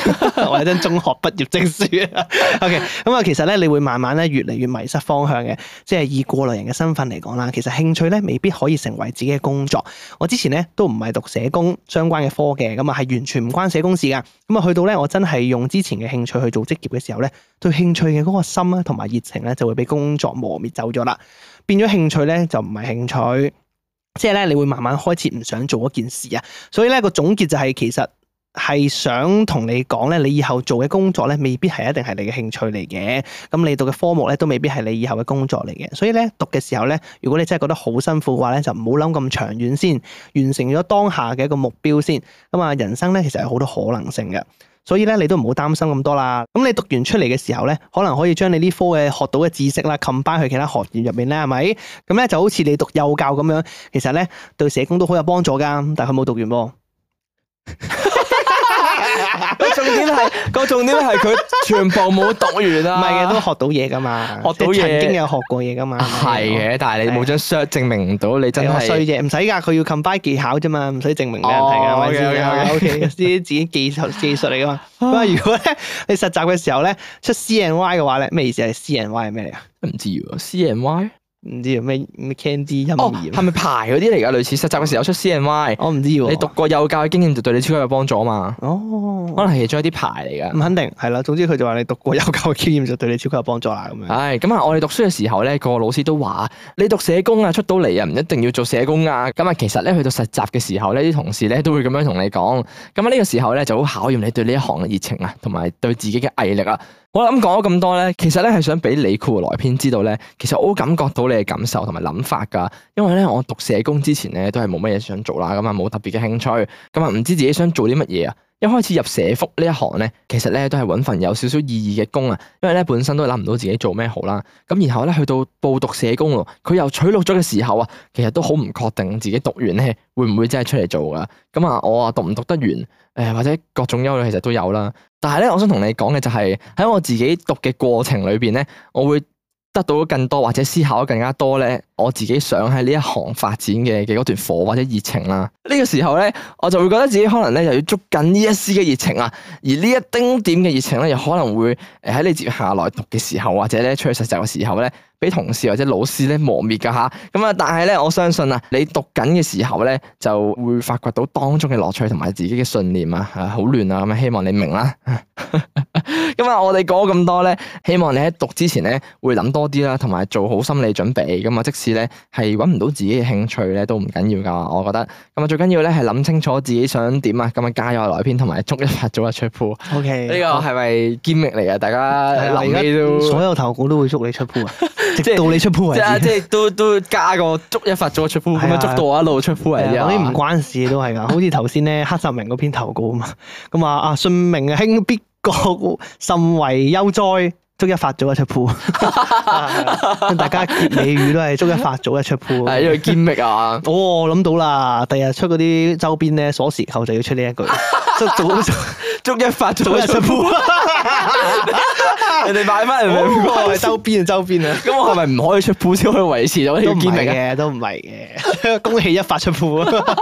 S1: 我有張中學畢業證書啊。OK，咁啊，其實咧，你會慢慢咧越嚟越迷失方向嘅。即係以過來人嘅身份嚟講啦，其實興趣咧未必可以成為自己嘅工作。我之前咧都唔係讀社工相關嘅科嘅，咁啊係完全唔關社工事噶。咁啊去到咧，我真係用之前嘅興趣去做職業嘅時候咧，對興趣嘅嗰個心咧同埋熱情咧就會俾工作磨滅走咗啦，變咗興趣咧就唔係興趣，即係咧你會慢慢開始唔想做嗰件事啊。所以咧個總結就係、其實。係想同你講咧，你以後做嘅工作咧，未必係一定係你嘅興趣嚟嘅。咁你讀嘅科目咧，都未必係你以後嘅工作嚟嘅。所以咧，讀嘅時候咧，如果你真係覺得好辛苦嘅話咧，就唔好諗咁長遠先，完成咗當下嘅一個目標先。咁啊，人生咧其實有好多可能性嘅。所以咧，你都唔好擔心咁多啦。咁你讀完出嚟嘅時候咧，可能可以將你呢科嘅學到嘅知識啦，combine 去其他學業入面咧，係咪？咁咧就好似你讀幼教咁樣，其實咧對社工都好有幫助㗎。但係佢冇讀完喎。
S2: 個重點 係個重點係佢全部冇讀完
S1: 唔
S2: 啊，
S1: 係嘅，都學到嘢噶嘛，
S2: 學到
S1: 即係曾
S2: 嘢
S1: 經有學過嘢噶嘛，
S2: 係嘅，但係你冇張 shirt 證明唔到你真
S1: 係我衰
S2: 係。
S1: 啫，唔使噶，佢要 combine 技巧啫嘛，唔使證明俾人睇噶，係
S2: 哦
S1: 咪先
S2: OK，OK，OK
S1: O K，呢啲自己技術技術 嚟噶嘛。咁啊，如果咧你實習嘅時候咧出 C N Y 嘅話咧，咩意思啊？C N Y 係咩嚟啊？
S2: 唔知喎，C M Y
S1: 唔知咩咩 Candy 陰
S2: 哦，
S1: 兒
S2: 係咪排嗰啲嚟㗎？類似實習嘅時候出 CNY，
S1: 我唔知喎。
S2: 你讀過幼教嘅經驗就對你超級有幫助啊嘛。可
S1: 哦，
S2: 能係其中一啲牌嚟㗎。
S1: 唔肯定係啦。總之佢就話你讀過有教嘅經驗就對你超級有幫助啦咁樣。
S2: 唉，咁啊，我哋讀書嘅時候咧，個老師都話：你讀社工啊，出到嚟啊，唔一定要做社工啊。咁啊，其實咧，去到實習嘅時候咧，啲同事咧都會咁樣同你講。咁啊，呢個時候咧就好考驗你對呢一行嘅熱情啊，同埋對自己嘅毅力啊。好啦，咁講咗咁多咧，其實咧係想俾你括來篇知道咧，其實我好感覺到你嘅感受同埋諗法㗎。啊因為咧，我讀社工之前咧都係冇乜嘢想做啦，咁啊冇特別嘅興趣，咁啊唔知自己想做啲乜嘢啊。一開始入社福呢一行咧，其實咧都係揾份有少少意義嘅工啊，因為咧本身都諗唔到自己做咩好啦。咁然後咧去到報讀社工喎，佢又取錄咗嘅時候啊，其實都好唔確定自己讀完咧會唔會真係出嚟做噶。咁啊，我啊讀唔讀得完，誒、或者各種憂慮其實都有啦。但係咧，我想同你講嘅就係、喺我自己讀嘅過程裏邊咧，我會得到更多或者思考得更加多咧，我自己想喺呢一行發展嘅嘅嗰段火或者熱情啦。呢、個時候咧，我就會覺得自己可能咧又要捉緊呢一絲嘅熱情啊，而呢一丁點嘅熱情咧，又可能會誒喺你接下來讀嘅時候，或者咧出去實習嘅時候咧，俾同事或者老師咧磨滅㗎吓。咁啊，但係咧，我相信啊，你讀緊嘅時候咧，就會發掘到當中嘅樂趣同埋自己嘅信念啊，啊好亂啊，咁啊，希望你明啦。 咁啊，我哋講咁多咧，希望你喺讀之前咧會諗多啲啦，同埋做好心理準備。咁啊，即使咧係揾唔到自己嘅興趣咧，都唔緊要㗎。我覺得咁啊，最緊要咧係諗清楚自己想點啊。咁啊，加油來篇，同埋祝一發早日出鋪。
S1: O K，
S2: 呢個係咪堅力嚟㗎？大家
S1: 係啊
S2: 臨尾都
S1: 所有投稿都會祝你出 鋪啊，
S2: 即
S1: 直
S2: 係
S1: 到你出鋪為
S2: 即係即
S1: 止。
S2: 係都 都加個捉一發咗出夫，咁
S1: 係啊
S2: 樣捉到我一路出夫嚟
S1: 係
S2: 啫
S1: 啊
S2: 嘛。
S1: 嗰啲唔關事嘅都係㗎，好似頭先咧黑澤明嗰篇投稿啊嘛，咁啊啊信明兄必國甚為悠哉，祝一發早日出鋪。 啊大家結尾語都係祝一發早日出鋪。。
S2: 係因為堅力啊
S1: 哦，我諗到啦，第日出嗰啲周邊咧，鎖匙扣就要出呢一 句，即係早
S2: 捉一發
S1: 早
S2: 咗
S1: 日
S2: 出
S1: 出
S2: 夫，
S1: 鋪。
S2: 人哋買翻嚟咪唔
S1: 哦
S2: 關事
S1: 周邊啊，周邊啊，
S2: 咁我係咪唔可以出鋪先可以維持到呢個
S1: 都唔
S2: 堅
S1: 係
S2: 力啊？
S1: 嘅，都唔係嘅， 恭喜一發出鋪啊！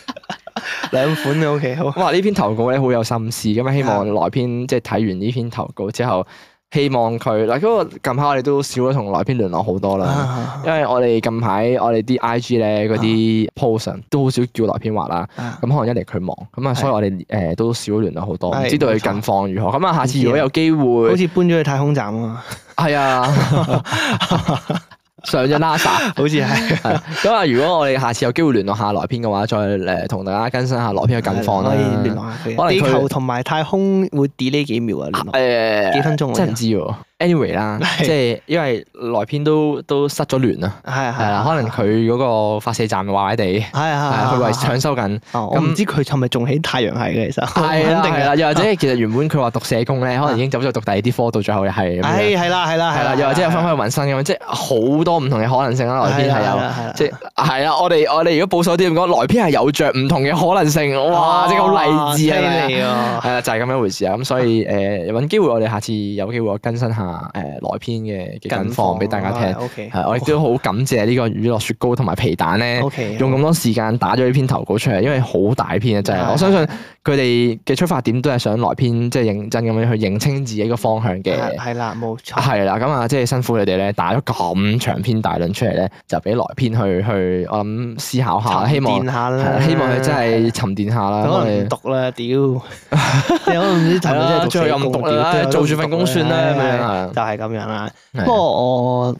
S1: 兩款嘅 OK 好，
S2: 哇！呢篇投稿咧好有心思，咁啊希望來篇即係睇完呢篇投稿之後，希望佢嗱嗰個近排我哋都少咗同來篇聯絡好多啦。
S1: 啊
S2: 因為我哋近排我哋啲 I G 咧嗰啲 post 啊都好少叫來篇畫啦，
S1: 啊
S2: 咁可能一嚟佢忙，咁啊，所以我哋誒都少聯絡好多，唔
S1: 係
S2: 知道佢近況如何。咁啊，下次如果有機
S1: 好
S2: 會，
S1: 似搬咗去太空站啊嘛，
S2: 係啊， 上咗 NASA。
S1: 好似 係
S2: 係咁啊，如果我哋下次有機會聯絡下萊編嘅話，再誒同大家更新下萊編嘅近況
S1: 可以聯
S2: 啦。
S1: 絡下
S2: 可能
S1: 佢。
S2: 佢
S1: 地球同埋太空會 delay 幾秒啊，聯絡
S2: 誒
S1: 幾分鐘啊
S2: 真係唔知喎。anyway 啦，
S1: 係
S2: 即係因為萊編都都失咗聯啦，
S1: 係啊
S2: 係啦，可能佢嗰個發射站壞壞地，係
S1: 係
S2: 啊
S1: 啊，
S2: 佢
S1: 係
S2: 為
S1: 係
S2: 搶修緊。
S1: 哦我唔知佢係咪仲喺太陽系嘅，其實我唔
S2: 係啦，
S1: 肯定
S2: 係
S1: 啊
S2: 啦，又或者其實原本佢話讀社工咧，可能已經走咗讀第二啲科，到最後又係咁樣。
S1: 唉，係啦，係啦，
S2: 哎係啊
S1: 係
S2: 啦，
S1: 啦，
S2: 又或者又翻返去紋身咁樣，即係好多唔同嘅可能性啦。萊編係有，
S1: 有
S2: 即係啊係啦。我哋我哋如果保守啲咁講，萊編係有着唔同嘅可能性。哇！即係好勵志啊！
S1: 哦 啊！
S2: 係啦，就係咁樣回事啊。咁所以誒，揾機會我哋下次有機會我更新下誒萊編嘅嘅近況啊俾大家聽。
S1: O K，
S2: 係，我亦都好感謝呢個娛樂雪糕同埋皮蛋咧
S1: O。K，
S2: 用咁多時間打咗呢篇投稿出嚟，因為好大篇啊，真係。我相信佢哋嘅出發點都係想萊編，即係認真咁樣去認清自己個方向嘅。
S1: 係啦，冇錯，
S2: 係啦，咁啊，即係辛苦你哋咧，打咗咁長篇大論出嚟咧，就俾來篇去去，我諗思考下，希望
S1: 沉澱下
S2: 係
S1: 啦，
S2: 啦希望佢真係沉澱下啦。
S1: 佢可能唔讀啦，屌，你可 能唔知係咪真係讀
S2: 最後又唔
S1: 社工
S2: 讀啦
S1: 屌
S2: 做住份工算啦咁樣
S1: 唉
S2: 係
S1: 就係咁樣啦。
S2: 係
S1: 不過我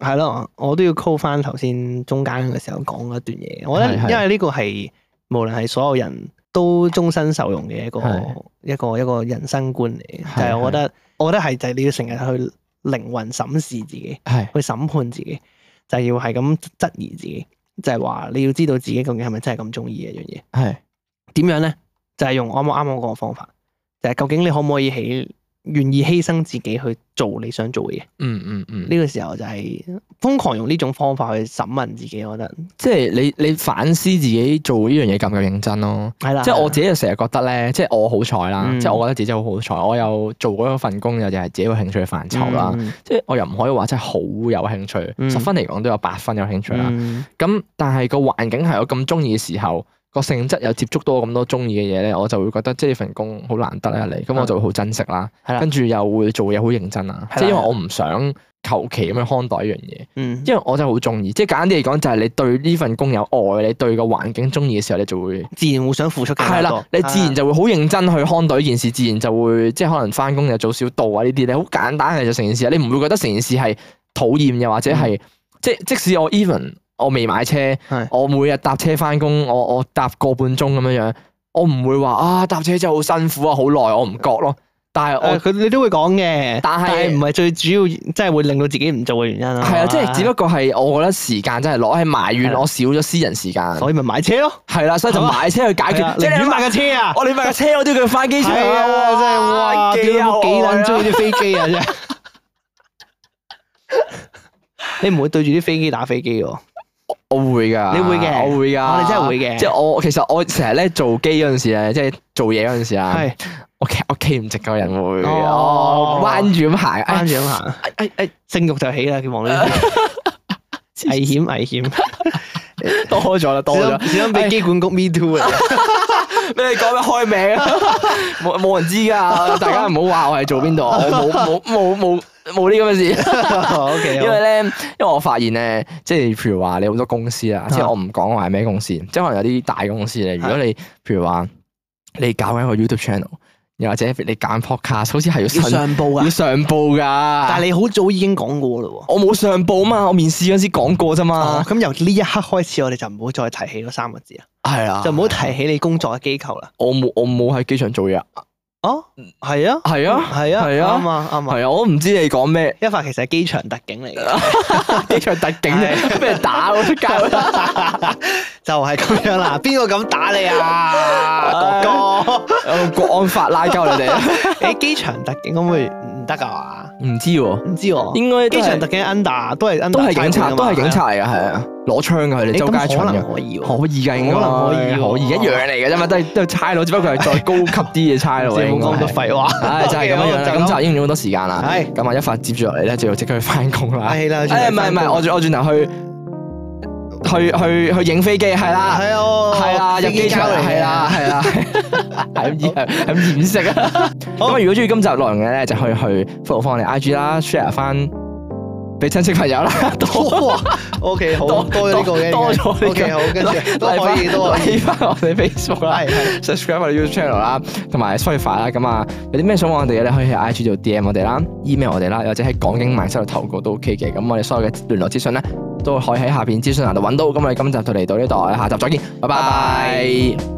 S1: 係咯，我都要 call 翻頭先中間嘅時候講嗰一段嘢。我覺
S2: 係
S1: 得
S2: 係
S1: 因為呢個係無論係所有人都終身受用嘅一個
S2: 係
S1: 一個一個人生觀嚟嘅，就
S2: 係
S1: 係我覺得我覺得係就係你要成日去靈魂審視自己。
S2: 係
S1: 去審判自己，就係要係咁質疑自己，就係話你要知道自己究竟係咪真係咁中意一樣嘢。
S2: 係
S1: 點樣咧？就係用啱啱啱我講嘅方法，就係究竟你可唔可以起願意犧牲自己去做你想做嘅嘢？
S2: 嗯嗯嗯，
S1: 呢個時候就係瘋狂用呢種方法去審問自己，我覺得
S2: 即係你你反思自己做呢樣嘢夠唔夠認真咯。
S1: 係啦。
S2: 即係我
S1: 係啊
S2: 自己就成日覺得咧，即係我好彩啦，
S1: 嗯
S2: 即係我覺得自己真係好好彩，我有做嗰份工又就係自己個興趣嘅範疇
S1: 啦
S2: 啦。即係我又唔可以話真係好有興趣，
S1: 嗯
S2: 十分嚟講都有八分有興趣啦。
S1: 嗯
S2: 咁但係個環境係我咁中意嘅時候，個性質又接觸到我咁多中意嘅嘢咧，我就會覺得即係呢份工好難得啦嚟，咁我就會好珍惜啦，
S1: 啊係啦
S2: 跟住又會做嘢好認真啦，
S1: 係啦
S2: 即係因為我唔想求其咁樣看待一樣嘢，
S1: 嗯，
S2: 因為我真係好中意，即係簡單啲嚟講就係你對呢份工有愛，你對個環境中意嘅時候，你就會。
S1: 自然會想付出更
S2: 係
S1: 加
S2: 啦
S1: 多，，啊
S2: 你自然就會好認真去看待呢件事，自然就會即係可能翻工又早少到啊呢啲，你好簡單嘅就成件事，你唔會覺得成件事係討厭又或者係、即即使我 even 我未買車
S1: 嗯係，
S2: 我每日搭車翻工，我我搭個半鐘咁樣樣，我唔會話啊搭車真係好辛苦啊好耐，我唔覺咯，但係
S1: 誒
S2: 我
S1: 佢你都會講嘅，
S2: 但係
S1: 係唔係最主要，即係會令到自己唔做嘅原因啦。
S2: 係啊，即係只不過係我覺得時間真係攞係埋怨
S1: 係啦
S2: 我少咗私人時間，
S1: 所以咪買車咯，
S2: 係啦，所以就
S1: 係嘛
S2: 買車去解
S1: 係啊
S2: 決，即
S1: 寧
S2: 係你
S1: 願
S2: 諗
S1: 買
S2: 下
S1: 架車啊！
S2: 我哋買架車我都要佢翻機場
S1: 係
S2: 啊，
S1: 啊，真係哇，屌
S2: 幾有
S1: 幾
S2: 愛
S1: 撚
S2: 啊
S1: 中意啲飛機啊！真 係，你唔會對住啲飛機打飛機喎？
S2: 我會噶，
S1: 你會嘅
S2: 我會噶，
S1: 我哋真係會嘅
S2: 即係我其實我成日咧做機嗰陣時咧，即係做嘢嗰陣時啊，
S1: 係
S2: 我企我企唔直個人會，
S1: 哦
S2: 我彎住咁行，哎
S1: 翻住咁行，
S2: 哎哎
S1: 性慾就起啦！佢望呢啲 危險危險，
S2: 多咗啦，多咗，
S1: 小心俾機管局 me too 啊！
S2: 你哋講咩開 名啊？冇冇人知噶，大家唔好話我係做 邊度，我冇冇冇冇冇呢咁嘅事。
S1: O K，
S2: 因為咧，因為我發現咧，即係譬如話你好多公司啊
S1: 啊
S2: 啦，即係我唔講話係咩公司，即係可能有啲大公司咧。如果你譬如話你搞緊個 YouTube channel，又或者你搞緊 podcast，好似係要
S1: 要
S2: 申
S1: 上報
S2: 要
S1: 啊！
S2: 上報噶。
S1: 但係你好早已經講過嘞喎。
S2: 我冇上報嘛，我面試嗰陣時講過啫
S1: 哦
S2: 嘛，。
S1: 咁由呢一刻開始，我哋就唔好再提起嗰三個字啊，
S2: 係啊
S1: 就唔好提起你工作嘅機構啦。
S2: 我冇我冇喺機場做嘢。
S1: 哦，係啊，
S2: 係啊，
S1: 係啊，
S2: 係啊
S1: 啱啊，啱啊。
S2: 係啊，我唔知你講 咩
S1: 一發其實係機場特警嚟嘅。
S2: 機場特警
S1: 係
S2: 啫，俾人打我出街。
S1: 就係咁樣 啦，邊個敢打你啊，哥哥？
S2: 有個國安法拉鳩你哋，
S1: 你機場特警可唔可以唔得啊？
S2: 唔知喎，
S1: 唔知喎，
S2: 應該都
S1: 機
S2: 係
S1: 場特警 under 都係 under
S2: 都係警
S1: 差館㗎
S2: 察，
S1: 嘛
S2: 都係警。察嚟噶，係啊，攞槍噶佢
S1: 誒
S2: 哋周街巡
S1: 咁可
S2: 嘅
S1: 能。可以喎，
S2: 可以㗎，應該
S1: 可能可以喎
S2: 可以一樣嚟嘅啫嘛，都係都係差佬，只不過係再高級啲嘅差佬嚟。
S1: 冇
S2: 應該
S1: 講咁多
S2: 係
S1: 廢話。啊
S2: 唉，就係咁樣樣啦。
S1: OK，好
S2: 咁就已經用咗好多時間啦。
S1: 係
S2: 咁啊，一發接住落嚟咧，就要即刻去翻工啦。哎
S1: 係啦，
S2: 誒，唔係唔係，我轉我轉頭去去去去影飛機，係啦，
S1: 係啊，
S2: 係啦，入機
S1: 機
S2: 場
S1: 嚟嘅
S2: 係啊啦，，係啦，係咁掩係咁掩飾啊。咁
S1: 好
S2: 啊，如果中意今集內容嘅咧，就可以去 follow 翻我哋 IG 啦，share 翻俾親戚朋友啦，多
S1: 哇，OK 啊 好，
S2: 多
S1: 多咗呢個嘅，
S2: 多咗呢個
S1: OK 好，跟住都可以，都可以，
S2: 嚟翻我哋 Facebook 啦。
S1: 係係
S2: subscribe 我哋 YouTube channel 啦，同埋 Spotify 啦，咁啊，有啲咩想揾我哋嘅咧，可以喺 IG 度 DM 我哋啦，email 我哋啦，又或者喺講經萬室度投稿都 OK 嘅。咁我哋所有嘅聯絡資訊咧，都可以喺下邊資訊欄度揾到。咁我哋今集就嚟到呢度，我哋下集再見，拜
S1: 拜
S2: 拜